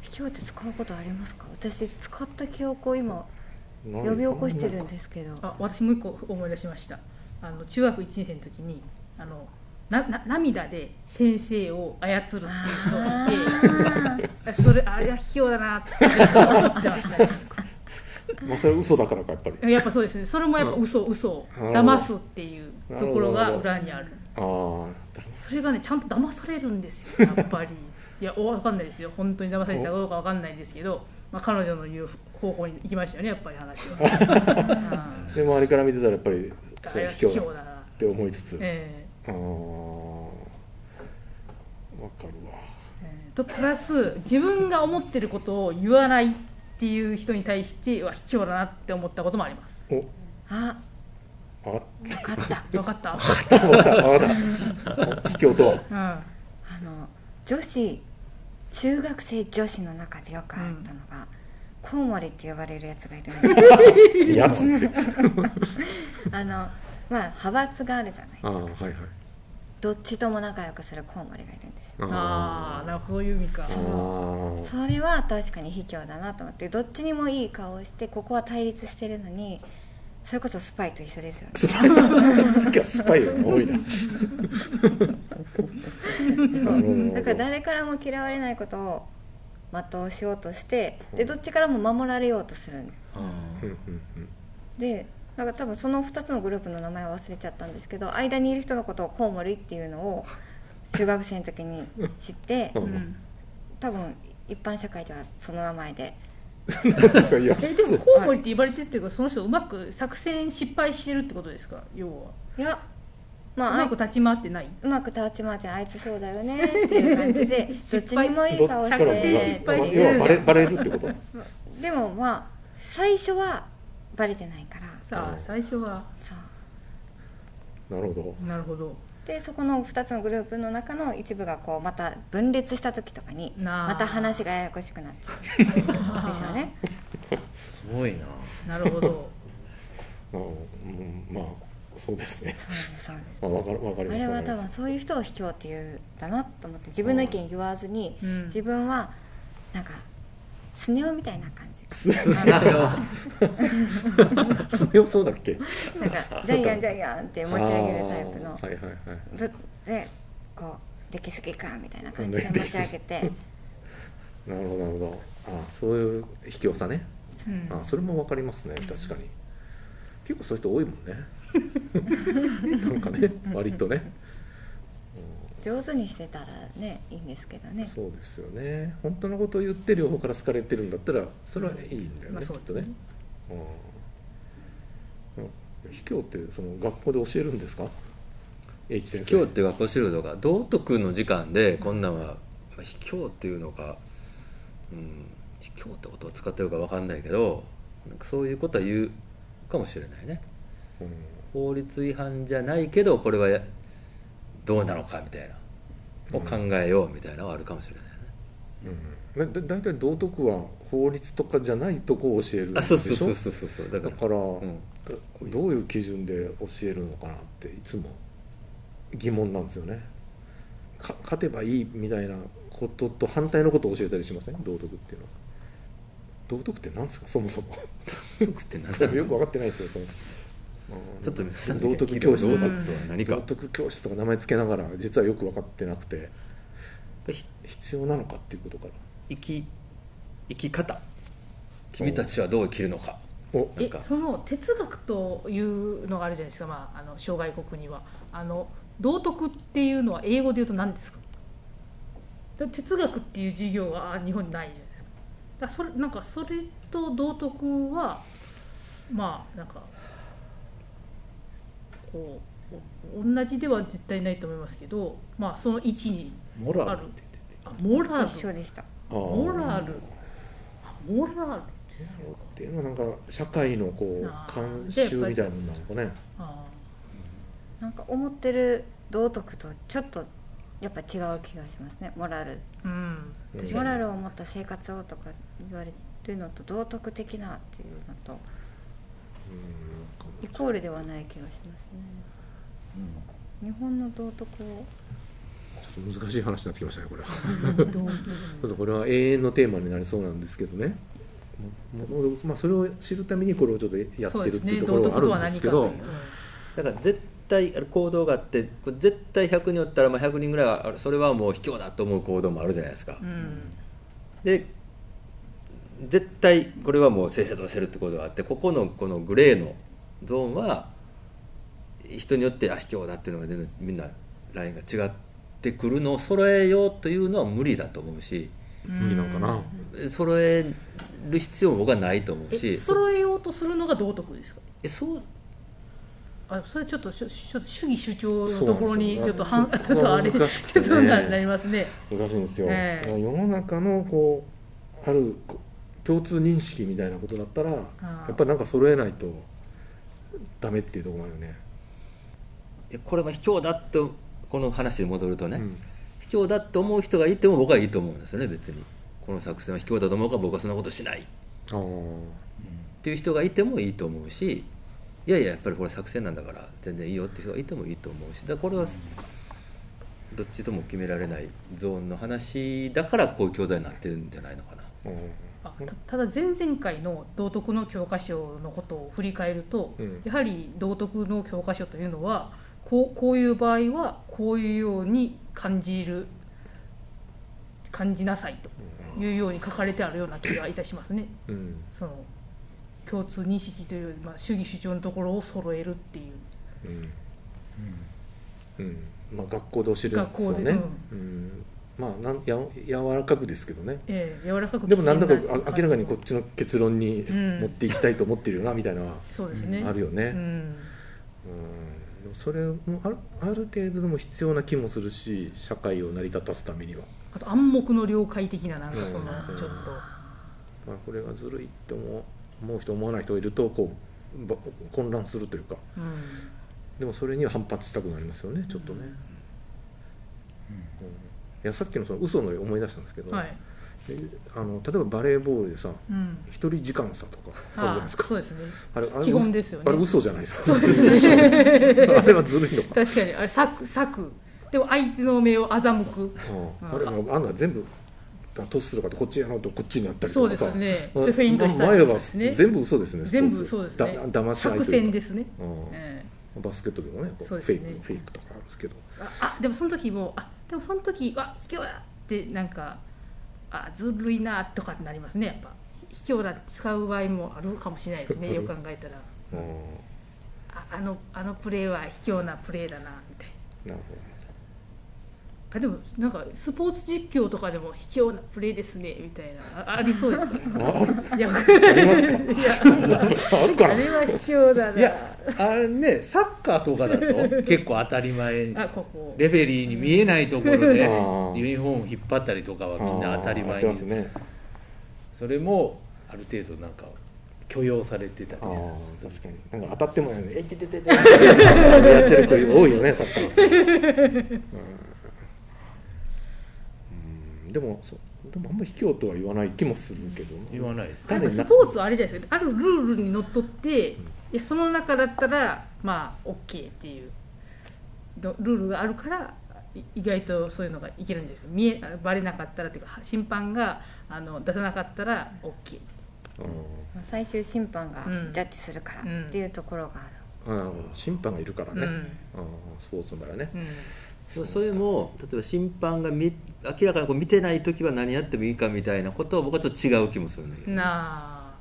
卑怯って使うことありますか私使った記憶を今な呼び起こしてるんすですけどあ私もう一個思い出しましたあの中学1年生の時にあのなな涙で先生を操るっていう人があいーて それあれは卑怯だなって思ってましたね まあそれは嘘だからかやっぱりやっぱそうですねそれもやっぱ嘘嘘をなるほど騙すっていうところが裏にあるああそれがねちゃんと騙されるんですよやっぱりいやわかんないですよ本当に騙されたかどうかわかんないですけど、まあ、彼女の言う方法に行きましたよねやっぱり話は、 うんで周りから見てたらやっぱりあそれれはは卑卑怯だ怯っだなて思いつつあええあーわかるわえーとプラス自分が思ってることを言わないっていう人に対しては卑怯だなって思ったこともありますおああわ分かった分 かった、かったわかった 卑怯とはうんあの女子中学生女子の中でよくあったのが、コウモリって呼ばれるやつがいるんですけどやつあのまあ派閥があるじゃないああはいはいどっちとも仲良くするコウモリがいるんですよああなるほどそういう意味かあーそれは確かに卑怯だなと思ってどっちにもいい顔をしてここは対立してるのにそれこそスパイと一緒ですよねスパイさっきはスパイが多いななるほどだから誰からも嫌われないことを全うしようとしてでどっちからも守られようとするんですうんうんうんでなんか多分その2つのグループの名前を忘れちゃったんですけど間にいる人のことをコウモリっていうの を中学生の時に知ってううんん多分一般社会ではその名前でそういやえでもコウモリって言われてるっていうかその人うまく作戦失敗してるってことですか要はいやうまああまいく立ち回ってないうまく立ち回ってあいつそうだよねっていう感じ でどっちにもいい顔し作戦て失敗して要るはじゃんバレバレるってことでもまあ最初はバレてないからさあ最初はそうなるほどなるほどでそこの2つのグループの中の一部がこうまた分裂した時とかになあまた話がややこしくなって ですよねすごいな なるほどうんうんまあそうですね、そうですまあ、わかるわかりまあすれはわか多りま分すそういう人を卑怯っていうんだなと思って自分の意見言わずに、うん自分はなんかスネ夫みたいな感じスネ夫そうだっけなんかジャイアンジャイアンって持ち上げるタイプのあーはいはいはいずでこうできすぎかみたいな感じで持ち上げてなるほどなるほどああそういう卑怯さね、うんああそれも分かりますね確かに結構そういう人多いもんね なんかね割とね上手にしてたらねいいんですけどねそうですよね本当のことを言って両方から好かれてるんだったらそれはいいんだよね、まあきそっうとね、うんうん、卑怯ってその学校で教えるんですか英樹先生卑怯って学校資料とか道徳の時間でこんなんはまあ卑怯っていうのか、うん、卑怯ってことを使ってるか分かんないけどなんかそういうことは言うかもしれないねうん法律違反じゃないけどこれはやどうなのかみたいなを考えようみたいなのはあるかもしれないね、うん、だだ大体道徳は法律とかじゃないとこを教えるんであしょそうそうそうそうそうそうだだからから、うんどういう基準で教えるのかなっていつも疑問なんですよねか勝てばいいみたいなことと反対のことを教えたりしません道徳っていうのは道徳って何ですかそもそも 道徳って何だろうよく分かってないですよこれうん ちょっと皆さん道徳教室道とか徳とは何か道徳教室とか名前つけながら実はよく分かってなくてひ必要なのかっていうことから生き生き方君たちはどう生きるのかおなんえかその哲学というのがあるじゃないですか、まあ、あの諸外国にはあの道徳っていうのは英語で言うと何ですかだ哲学っていう授業があ日本にないじゃないですかだからそれなんかそれと道徳はまあなんかこうお同じでは絶対ないと思いますけどまあその位置にモラあルるあモラ一緒ルでしたあーモラルあモラルですよっていうのはなんか社会のこうあー慣習みたいなもんなのかねあーなんか思ってる道徳とちょっとやっぱ違う気がしますねモラルうんうんモラルを持った生活をとか言われてるのと道徳的なっていうのとうんイコールではない気がしますね日本の道徳をちょっと難しい話になってきましたねこれはどう ちょっとこれは永遠のテーマになりそうなんですけどねももまあ、それを知るためにこれをちょっとやってるっていうところはあるんですけどだから絶対ある行動があってこれ絶対100人おったらまあ100人ぐらいはあるそれはもう卑怯だと思う行動もあるじゃないですか、うんで絶対これはもう正々堂々してるってことがあってここのこのグレーのゾーンは人によってあ卑怯だっていうのが全然みんなラインが違ってくるのを揃えようというのは無理だと思うし無理なのかな、揃える必要も僕はないと思うえし揃えようとするのが道徳ですかえそうあそれちょっとしゅちょっと主義主張のところにちょっとそうはなんでんすちよょっとあれそこが難しくちてょねっとななりますね難しいんですよ、ええ世の中のこうあるこう共通認識みたいなことだったらやあーっぱりなんか揃えないとダメっていうところもあるよねでこれは卑怯だとこの話に戻るとね、うん卑怯だと思う人がいても僕はいいと思うんですよね別にこの作戦は卑怯だと思うから僕はそんなことしないあーっていう人がいてもいいと思うしいやいややっぱりこれ作戦なんだから全然いいよって人がいてもいいと思うしだからこれはどっちとも決められないゾーンの話だからこういう教材になってるんじゃないのかな。うんあたただ前々回の道徳の教科書のことを振り返ると、うんやはり道徳の教科書というのはこうこういう場合はこういうように感じる感じなさいというように書かれてあるような気がいたしますね。うんその共通認識というより、まあ、主義主張のところを揃えるっていううんうんまあ、学校で教えるやつですよね、学校うんまあなんや柔らかくですけどねええ柔らかくでもなんだか危険あ明らかにこっちの結論にうん持っていきたいと思ってるよなみたいなのはそうですね、あるようね、ん、うん、でもそれもあるある程度でも必要な気もするし社会を成り立たすためには、あと暗黙の了解的ななんかうんそのちょっまあ、これがずるいって思う思う人思わない人がいるとこうば混乱するというかと、うん、うでもそれには反発したくなりますよねちょっとね、うんいやさっきのその嘘の思い出したんですけど、はい、えあの例えばバレーボールでさうん、一人時間差とかあるじゃないあですーかそうですねあれあれ基本ですよねあれ嘘じゃないですかあれ 確はずるいのか、かにあれ策策でも相手の目を欺くうんあれもあんな全部だトスするかとこっちやろうとこっちになったりとかさそうですねあそれフェイントしたまり前とはかしてね全部嘘ですねスポーツ全部そうですねだ騙し合い作という戦かですね、うんええバスケットでもねこうそうですフェねイクフェイクとかあるんですけどああでもその時もあでもその時は卑怯だってなんかあずるいなとかってなりますねやっぱ卑怯だって使う場合もあるかもしれないですねよく考えたらうんああのあのプレーは卑怯なプレーだなみたいななるあでもなんかスポーツ実況とかでも卑怯なプレーですねみたいなあありそうですよねほどいやあありますかあるかあなれは卑怯だいなやあれねサッカーとかだと結構当たり前にあここレフェリーに見えないところであーユニフォーム引っ張ったりとかはみんな当たりあーやっ前てますにねそれもある程度なんか許容されてたりあすある確かになんか当たってもないのに「えいてててて」やってる人多いよ ねサッカーうんうんでもそうでもあんま卑怯とは言わない気もするけどな言わないですやっぱスポーツはあれじゃないですかあるルールにのっとって、いやその中だったらまあ OK っていうのルールがあるからい意外とそういうのがいけるんですよ見えあバレなかったらというか審判があの出さなかったら OK うんまあ最終審判がうんジャッジするからうんっていうところがある、あなるほど審判がいるからね、うんうん、スポーツならねうんそそれも例えば審判が見明らかにこう見てない時は何やってもいいかみたいなことは僕はちょっと違う気もするんだけど、なんな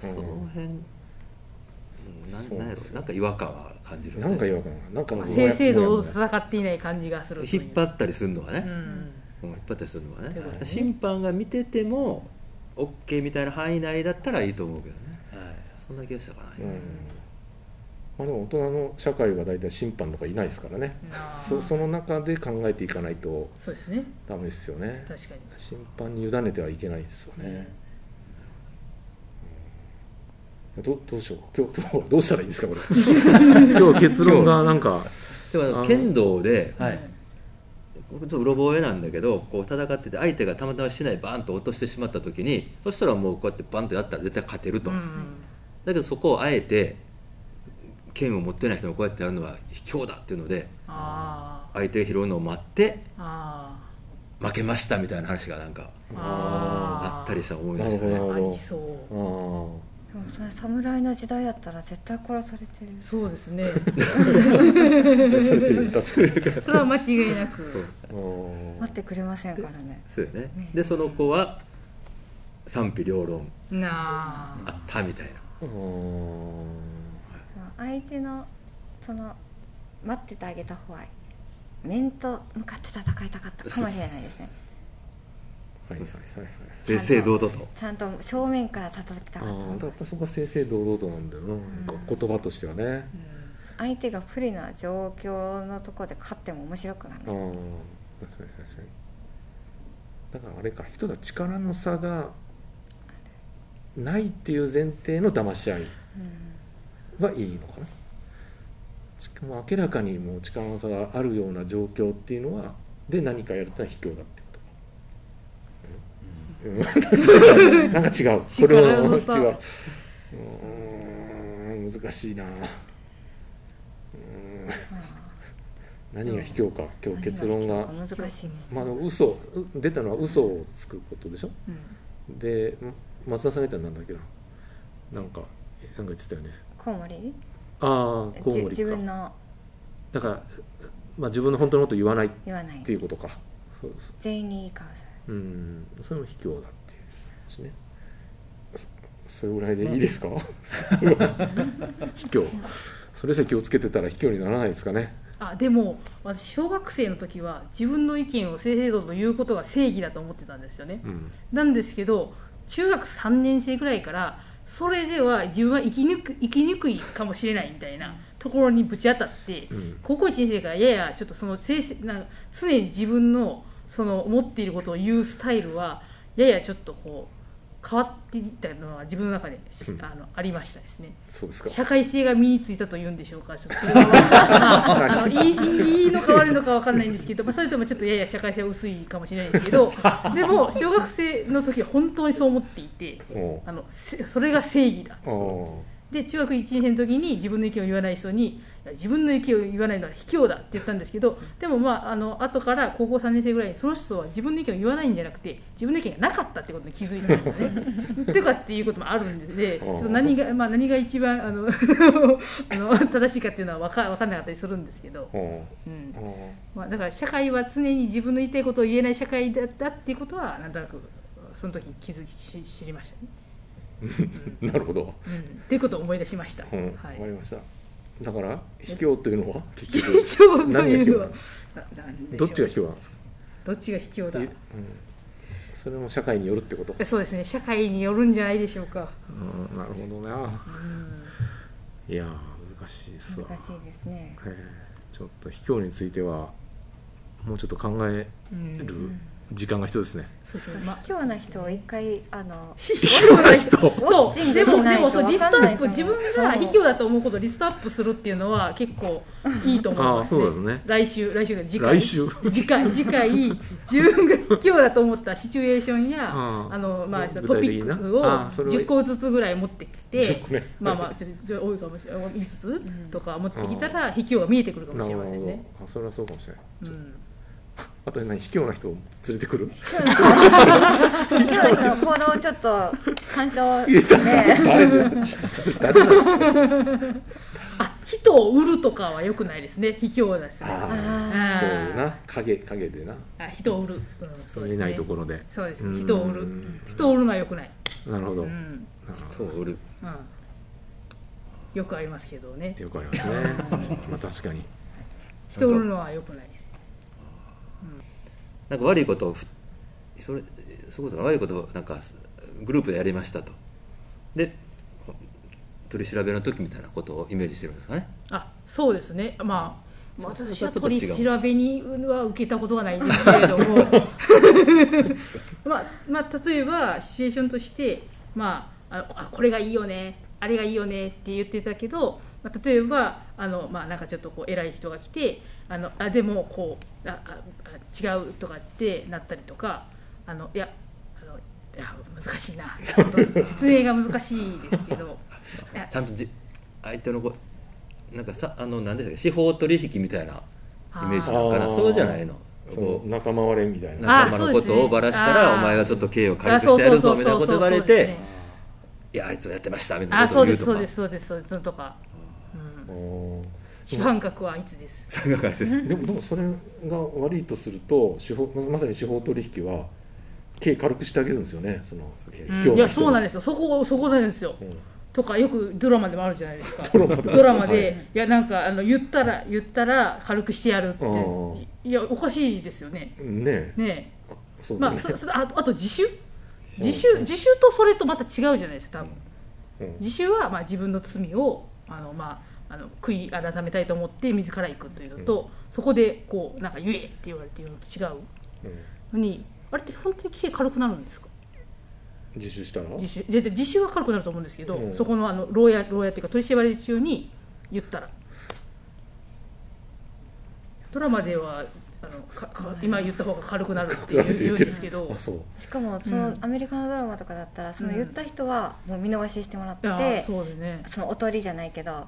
かその辺、うんなそうんなんやでろすよなんか違和感は感じるよなねんか違和感がなんかあもや正々堂も々やと戦っていない感じがするという引っ張ったりするのはね、うんうん引っ張ったりするのはねということね審判が見てても OK みたいな範囲内だったらいいと思うけどねそんな気がしたかな、うんまあ、でも大人の社会は大体審判とかいないですからねなあそその中で考えていかないとそうですねダメですよね確かに審判に委ねてはいけないですよね、うんどどうしよう今日今日はどうしたらいいんですかこれ今日結論がなんかでもああのの剣道ではいちょっとうろ覚えなんだけどこう戦ってて相手がたまたま竹刀バーンと落としてしまった時にそしたらもうこうやってバンとやったら絶対勝てると、うんだけどそこをあえて剣を持ってない人がこうやってやるのは卑怯だっていうのであ相手が拾うのを待ってああ負けましたみたいな話がなんかああったりしたら思いなまるしほたどなるねほあどりそあうーでもそれ侍の時代だったら絶対殺されてるそうです ね。それで確かにそれは間違いなく。あー待ってくれませんからねそうよねねでその子は賛否両論なあったみたいなあー相手のその待っててあげた方は面と向かって戦いたかったかもしれないですねはいはいはいはい正々堂々とちゃんと正面から叩きたあかったーのだかからそこは正々堂々となんだよななんか言葉としてはねあ。相手が不利な状況のとこで勝っても面白くなるああー確かに確かにだからあれか人の力の差がないっていう前提の騙し合いはいいのかなしかも明らかにもう力の差があるような状況っていうのはで何かやるってのは卑怯だってこと、うんうん、 なんか違うそれ力はの違差ううーん難しいなうーん何が卑怯か今日結論が難しいですねまあ、あの嘘う出たのは嘘をつくことでしょでん松田さんが言ったのなんだっけななんかなんか言ってたよねコウモリああコウじモリ自分かのだから、まあ、自分の本当のことを言わないっ言わないていうことかそうです全員にいい顔すうんそれも卑怯だっていうですねそそれぐらいでいいです か卑怯それさえ気をつけてたら卑怯にならないですかねあでも私小学生の時は自分の意見を正々堂々と言うことが正義だと思ってたんですよね。うんなんですけど中学3年生ぐらいからそれでは自分は生きにく生きにくいかもしれないみたいなところにぶち当たって。うん高校1年生からややちょっとそのせいせなんか常に自分のその思っていることを言うスタイルはややちょっとこう変わっていったのは自分の中で、しうんあのありましたですねそうですか社会性が身についたというんでしょうかちょっとそれ はあのいいいいのか悪いのかわかんないんですけど、まあ、それともちょっとやや社会性は薄いかもしれないです けどでも小学生の時は本当にそう思っていておあのせそれが正義だうおで中学1年生の時に自分の意見を言わない人にいや自分の意見を言わないのは卑怯だって言ったんですけどでもまああの後から高校3年生ぐらいにその人は自分の意見を言わないんじゃなくて自分の意見がなかったってことに気づいたんですよね。 とかっていうこともあるんででちょっと何が、まあ、何が一番あの あの正しいかっていうのは分か分かんなかったりするんですけど、うおうんうおまあ、だから社会は常に自分の言いたいことを言えない社会だったっていうことはなんとなくその時に気づきし知りましたね。うなるほどうん、っていうことを思い出しました。うん、はわいかりましただから卑怯というのは結局 卑怯というのは何がななんでしょどっうちが卑怯なんですかどっちが卑怯だいうん、それも社会によるってことえそうですね社会によるんじゃないでしょうか、うんなるほどなうん、いやー難しいっすわ難しいですねえーちょっと卑怯についてはもうちょっと考えうんる時間が必要ですね、そうですねまあ卑怯な人を一回あ の卑怯な人ウォッそチンうグでしもでないもとそう分リスかトんアないップ自分が卑怯だと思うことをリストアップするっていうのは結構いいと思いあまあす、そね、うですね来週来週で次 回来週次回次回自分が卑怯だと思ったシチュエーションやあああの、まあ、そうトピ具体的ッなクスをああそれはいい10個ずつぐらい持ってきて10個ねまあまあちょっと多いかもしれない5つとか持ってきたら卑怯が見えてくるかもなしるれほまどせんね。あそれはそうかもしれないうんあと何卑怯な人を連れてく る卑怯な人の行動をちょっと 干渉して、誰だ誰だ人を売るとかは良くないですね卑怯だしあああそうあな影影でなあ人を売る、うん、そう見でえすないねところでそうですうねん人を売る人を売るのは良くない、なるほど、うなるん人を売るうん、よくありますけどねよくありますね まあ確かに人を売るのは良くないですなんか悪いことをふそれそういうことが悪いことをなんかグループでやりましたとで取り調べの時みたいなことをイメージしてるんですかねあそうですねまあそうそう私はちょっと取違うり調べには受けたことがないんですけれ ども まあ、まあ、例えばシチュエーションとして、まあ、ああこれがいいよねあれがいいよねって言ってたけど、まあ、例えばあの、まあ、なんかちょっとこう偉い人が来てあのあでもこうあああ違うとかってなったりとかあのいやあのいや難しいな ちょっと説明が難しいですけどいやちゃんとじ相手のこなんかさあの何でしたっけ司法取引みたいなイメージなのかあなーそうじゃないのそのこう仲間割れみたいなあ仲間のことをばらしたあらーお前はちょっと刑を軽くしてやるぞみたいなこと言われそうそうそうそうそうですてねいやあいつやってましたみたいあなことそをう言でうすとそうかですそうですそうですとか、うん、おー主犯格はいつですそういう感じですでもでもそれが悪いとすると司法ままさに司法取引は刑軽くしてあげるんですよねその卑うん怯いなや人そうなんでですよそこそこなんですよ、んとかよくドラマでもあるじゃないですか ドラマでドラマで、い、やなんかあの言ったら言ったら軽くしてやるってうんいやおかしいですよねねえねそうえだまあね、そそああと自首自首自首とそれとまた違うじゃないですか多分うん自首はまあ自分の罪をあのまああの悔い改めたいと思って自ら行くというのと、そこでこうなんか言えって言われていうのと違ううんのにあれって本当に刑軽くなるんですか自首したら自首絶対自首は軽くなると思うんですけど、うんそこのあの牢屋牢屋っていうか取り締まり中に言ったらドラマではあのかか今言った方が軽くなるっていなうんて言言うんってでるすけどあそうーしかもその、うんアメリカのドラマとかだったらその言った人はもう見逃ししてもらって、ああそうでねそのおとりじゃないけどあ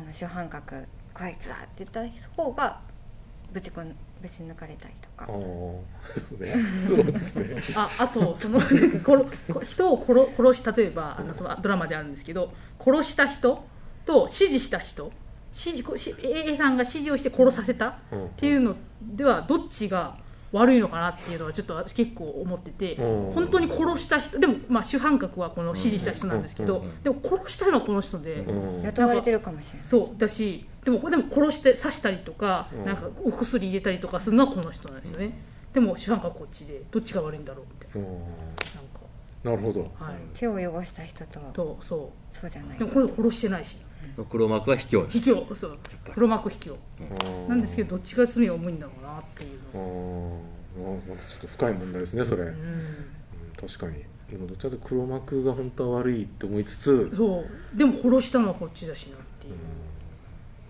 の主犯格こいつだって言った方がぶちこんぶち抜かれたりとああかそうねそうですねああとそのなんかころこ人を殺殺し例えばあのそのドラマであるんですけど殺した人と指示した人指示こし A さんが指示をして殺させたうんって いうのではどっちが悪いのかなっていうのはちょっと私結構思っててうん本当に殺した人でもまあ主犯格はこの指示した人なんですけどでも殺したのはこの人で。うん雇われてるかもしれないそうだしでもでも殺して刺したりとか,、うんなんかお薬入れたりとかするのはこの人なんですよね、でも主犯格はこっちでどっちが悪いんだろうみたいうんななんかなるほどはい、手を汚した人ととそそうじゃなういでもこれ殺してないし黒幕は卑怯卑怯そうぱり黒幕卑怯うんなんですけどどっちが罪が重いんだろうなっていううのんうんまたちょっと深い問題ですねそれ、うんうん確かにでもどちらかというと黒幕が本当は悪いと思いつつそうでも殺したのはこっちだしなっていう、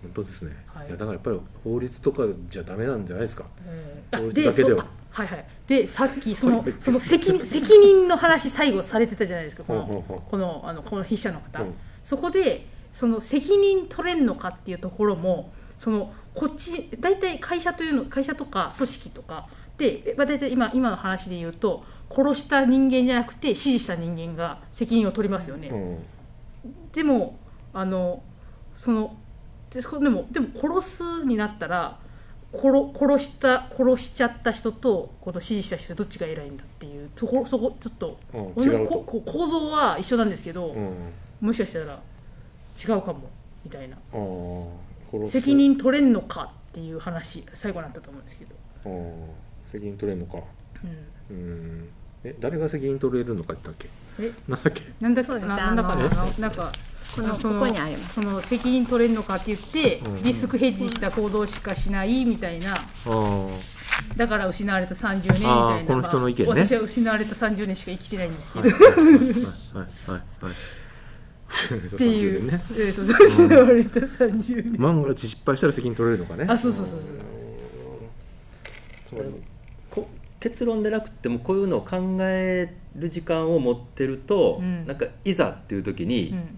本当ですね、はいい、やだからやっぱり法律とかじゃダメなんじゃないですかえ法ー律だけではそうあはいはいでさっきそのその責任責任の話最後されてたじゃないですかこのほうほうほうこのあのこの筆者の方、うんそこでその責任取れんのかっていうところもそのこっち大体会社というの会社とか組織とかで、まあ、大体今今の話で言うと殺した人間じゃなくて指示した人間が責任を取りますよね、うんでもあのそのでそでもでも殺すになったら殺殺した殺しちゃった人とこの指示した人どっちが偉いんだっていうところそこちょっとうん同じ違う、ことこ構造は一緒なんですけど、うん、もしかしたら違うかもみたいなあー殺す責任取れんのかっていう話最後になったと思うんですけど、うん責任取れるのかうん、うんえ誰が責任取れるのかって言ったっけえなんだっけなんだそうかですななんだかあなななんかこのあそのここにありますその責任取れんのかって言ってうんリスクヘッジした行動しかしないみたいな。あーだから失われた30年みたいあなーこの人の意見ねまあ私は失われた30年しか生きてないんですけはど、いはいはいはいはいっていう30年ねえーそうそう 失われた30年、万が一失敗したら責任取れるのかねあそうそうそうそうつまりこ結論でなくてもこういうのを考える時間を持ってると、うんなんかいざっていう時に、うん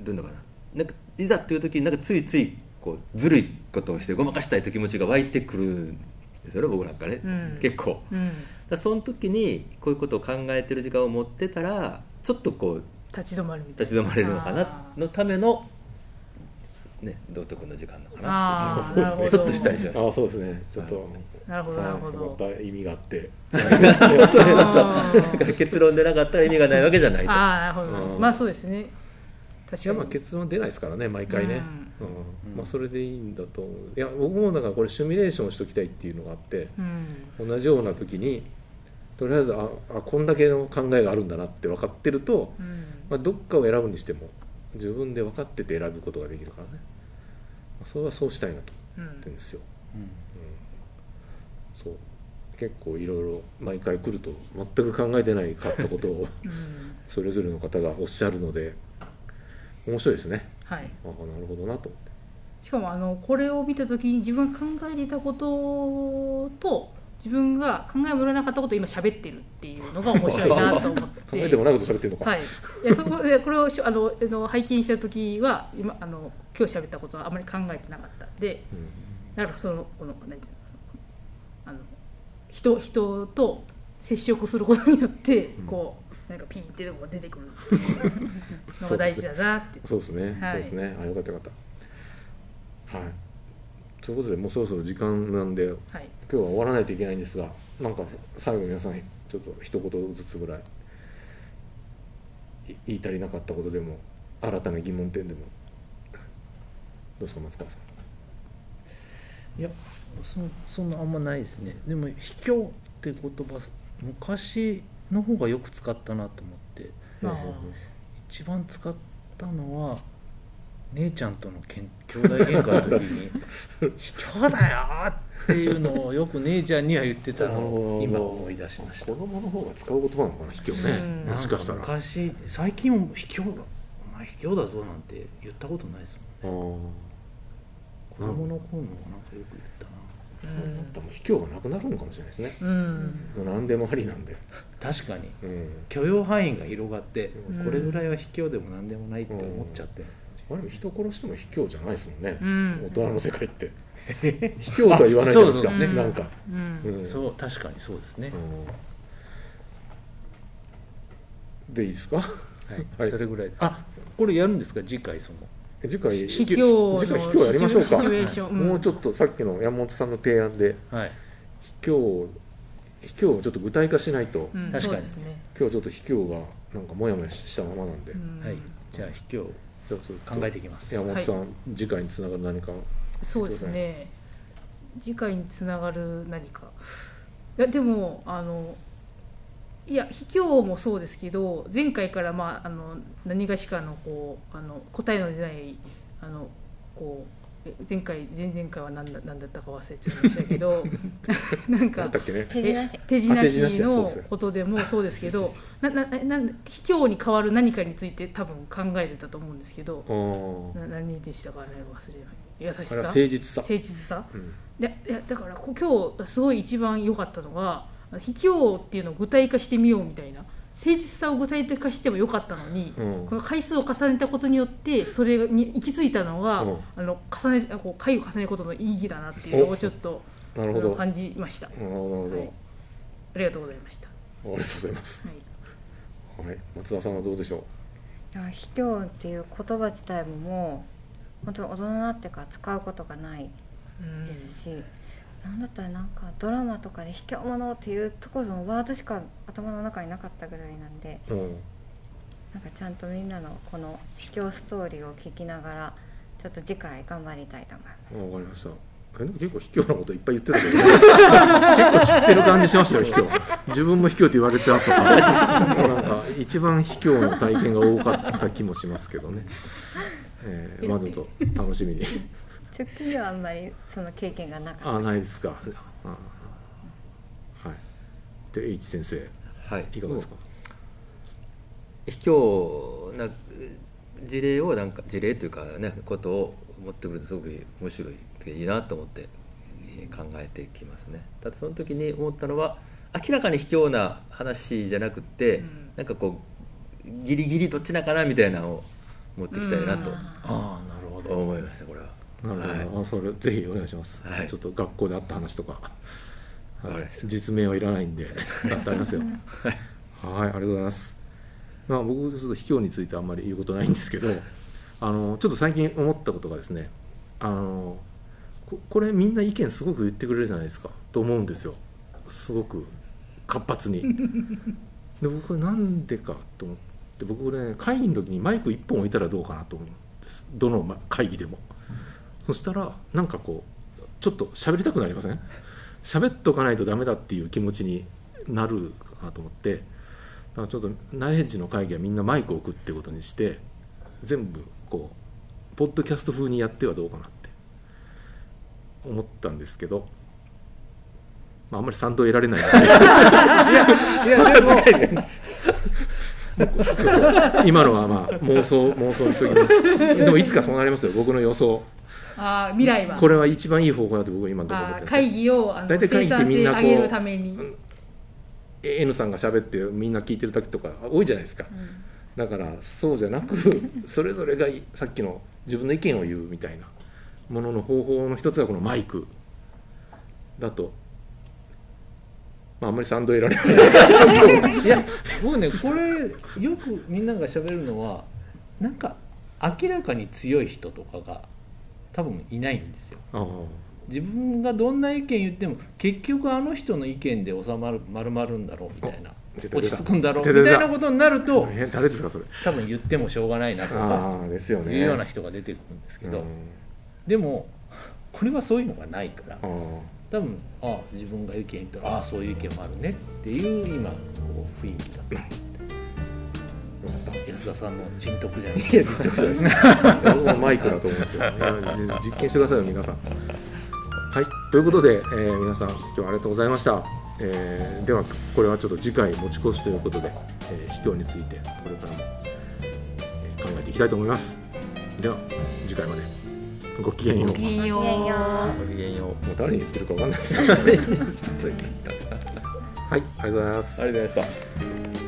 どういうのかななんかいざっていう時になんかついついこうずるいことをしてごまかしたいという気持ちが湧いてくるんですよね僕なんかね、うん結構うん、だからその時にこういうことを考えてる時間を持ってたらちょっとこう立ち止まるみたい立ち止まれるのかなあーのための、ね、道徳の時間なのかななあそあうですなねるほちどょっとしたりしまああそうですねちょっと、なるほどなるほまどた意味があってあーす結論でなかったら意味がないわけじゃないと。あーなるほどなるほどうんまあそうですね確いやまあかに結論出ないですからね毎回ね、うんうんまあ、それでいいんだと思ういや僕もだからこれシミュレーションしときたいっていうのがあってうん同じような時にとりあえずああこんだけの考えがあるんだなって分かってると、うんまあ、どっかを選ぶにしても自分で分かってて選ぶことができるからね、まあ、それはそうしたいなとう思ってるんんですよ、そう結構いろいろ毎回来ると全く考えてないかったこと をうんそれぞれの方がおっしゃるので面白いですねはいああなるほどなと思ってしかもあのこれを見た時に自分が考えていたことと自分が考えもよらなかったことを今喋ってるっていうのが面白いなと思っ考えてもて。ないこと喋ってるのか、はい、いやそこでこれをしあのあの拝見した時は今あの今日喋ったことはあまり考えてなかったでうんだからそのこの何ていうのあの人 人と接触することによってこうなんかピンっていうのが出てくるっていうのが大事だなってそうですね、はそいうですねあよかったよかったはいということでもうそろそろ時間なんで今はい日は終わらないといけないんですがなんか最後皆さんちょっと一言ずつぐらいい言い足りなかったことでも新たな疑問点でもどうですか松川さんいやそそんなあんまないですねでも「卑怯」って言葉昔の方がよく使ったなと思ってあー一番使ったのは姉ちゃんとのけん兄弟喧嘩の時に 「卑怯だよ!」っていうのをよく姉ちゃんには言ってたのを今思い出しました子供の方が使う言葉なのかな卑怯うんねもしかしたらなあん昔最近も卑怯だお前卑怯だぞなんて言ったことないですあーもん子供の頃の方がなんかよく言ったななんかもう卑怯がなくなるのかもしれないですねうんもう何でもありなんで、確かにうん、許容範囲が広がって、うんこれぐらいは卑怯でも何でもないって思っちゃって、あれも人殺しても卑怯じゃないですもんね、うん大人の世界って卑怯とは言わないじゃないですかあそうですねなんか、うんうんそう確かにそうですね、うんでいいですかはいはいそれぐらいであこれやるんですか次回その次回卑怯の次回卑怯やりましょうシチか、ュエーションもうちょっとさっきの山本さんの提案ではい卑怯を卑怯をちょっと具体化しないと、うん、確そうかでにすね、今日ちょっと卑怯がなんかモヤモヤしたままなんで、うんはいじゃあ卑怯をじゃあちょっと考えていきます山本さん、次回につながる何かそうですね次回につながる何かいやでもあのいや卑怯もそうですけど前回から、まあ、あの何がしかのこうあの答えの出ないあのこうえ前回前々回は何だ何だったか忘れちゃいましたけ どなんなかんだっけね手品師え手品手品師師やそうのですことでもそうですけどなななな卑怯に変わる何かについて多分考えてたと思うんですけどうんな何でしたかね忘れない優しあれはさ誠実さ誠実さうんでいやだからこ今日すごい一番良かったのが卑怯っていうのを具体化してみようみたいな誠実さを具体化しても良かったのに、うんこの回数を重ねたことによってそれに行き着いたのは、うんあの重ねこう回を重ねることの意義だなっていうのをちょっとなるほあのどなる感じました。ほどなるほど、はいありがとうございました。ありがとうございますはいはい松田さんはどうでしょういや卑怯っていう言葉自体ももう本当に大人になってから使うことがないですし、なんだったらなんかドラマとかで卑怯者っていうところのワードしか頭の中になかったぐらいなんでうんなんかちゃんとみんなのこの卑怯ストーリーを聞きながらちょっと次回頑張りたいと思いまあす。わかりました。えなんか結構卑怯なこといっぱい言ってたけど、ね、 結構知ってる感じしましたよ卑怯。自分も卑怯って言われてたとか、なんか一番卑怯な体験が多かった気もしますけどね。えー、まあちょっと楽しみに。直近ではあんまりその経験がなかったあないですか。あはい。で H 先生はいいかがですか。卑怯な事例をなんか事例というかねことを持ってくるとすごく面白いいいなと思ってえー考えてきますねただその時に思ったのは明らかに卑怯な話じゃなくって、うんなんかこうギリギリどっちなかなみたいなのを持ってきたいなああなるほと思いましたこれはなるほど、はいあそれぜひお願いします、はいちょっと学校であった話とか、わかりました実名はいらないん で出されますよはいありがとうございます、まあ、僕ちょっと卑怯についてあんまり言うことないんですけどあのちょっと最近思ったことがですねあのここれみんな意見すごく言ってくれるじゃないですかと思うんですよすごく活発にで僕はなんでかと思って僕ね会議の時にマイク1本置いたらどうかなと思うんですどのま会議でもそしたらなんかこうちょっと喋りたくなりません喋っとかないとダメだっていう気持ちになるかなと思ってだからちょっとナイヘッジの会議はみんなマイクを置くってことにして全部こうポッドキャスト風にやってはどうかなって思ったんですけど、まあ、あんまり賛同得られないのでい やでも今のはまあ妄想妄想しときますでもいつかそうなりますよ僕の予想ああ未来はこれは一番いい方法だと僕は今のところ思っあてーます会議をあの大体会議生って産みん性なこう上げるために。 N さんが喋ってみんな聞いてる時とか多いじゃないですか、だからそうじゃな くそれぞれがいさっきの自分の意見を言うみたいなものの方法の一つがこのマイクだと、まあ、あんまり賛同得られ ないいや僕ねこれよくみんなが喋るのはなんか明らかに強い人とかが多分いないんですよああ自分がどんな意見言っても結局あの人の意見で収まる丸まるんだろうみたいな出た落ち着くんだろう出たみたいなことになるとえ 誰ですかそれ多分言ってもしょうがないなとかああですよねいうような人が出てくるんですけうどんでもこれはそういうのがないからあ多分ああ自分が意見言ったらああそういう意見もあるねっていう今こう雰囲気だった安田さんの人徳じゃないあいや実得者です僕はマイクだと思うんですよいや実験してくださいよ皆さんはい、ということで、えー皆さん今日はありがとうございました、えーではこれはちょっと次回持ち越しということで、えー、卑怯についてこれからも、えー考えていきたいと思いますでは次回までごきげんようも金曜ごきげんようごきげんようう誰に言ってる かわかんないですはいありがとうございますありがとうございました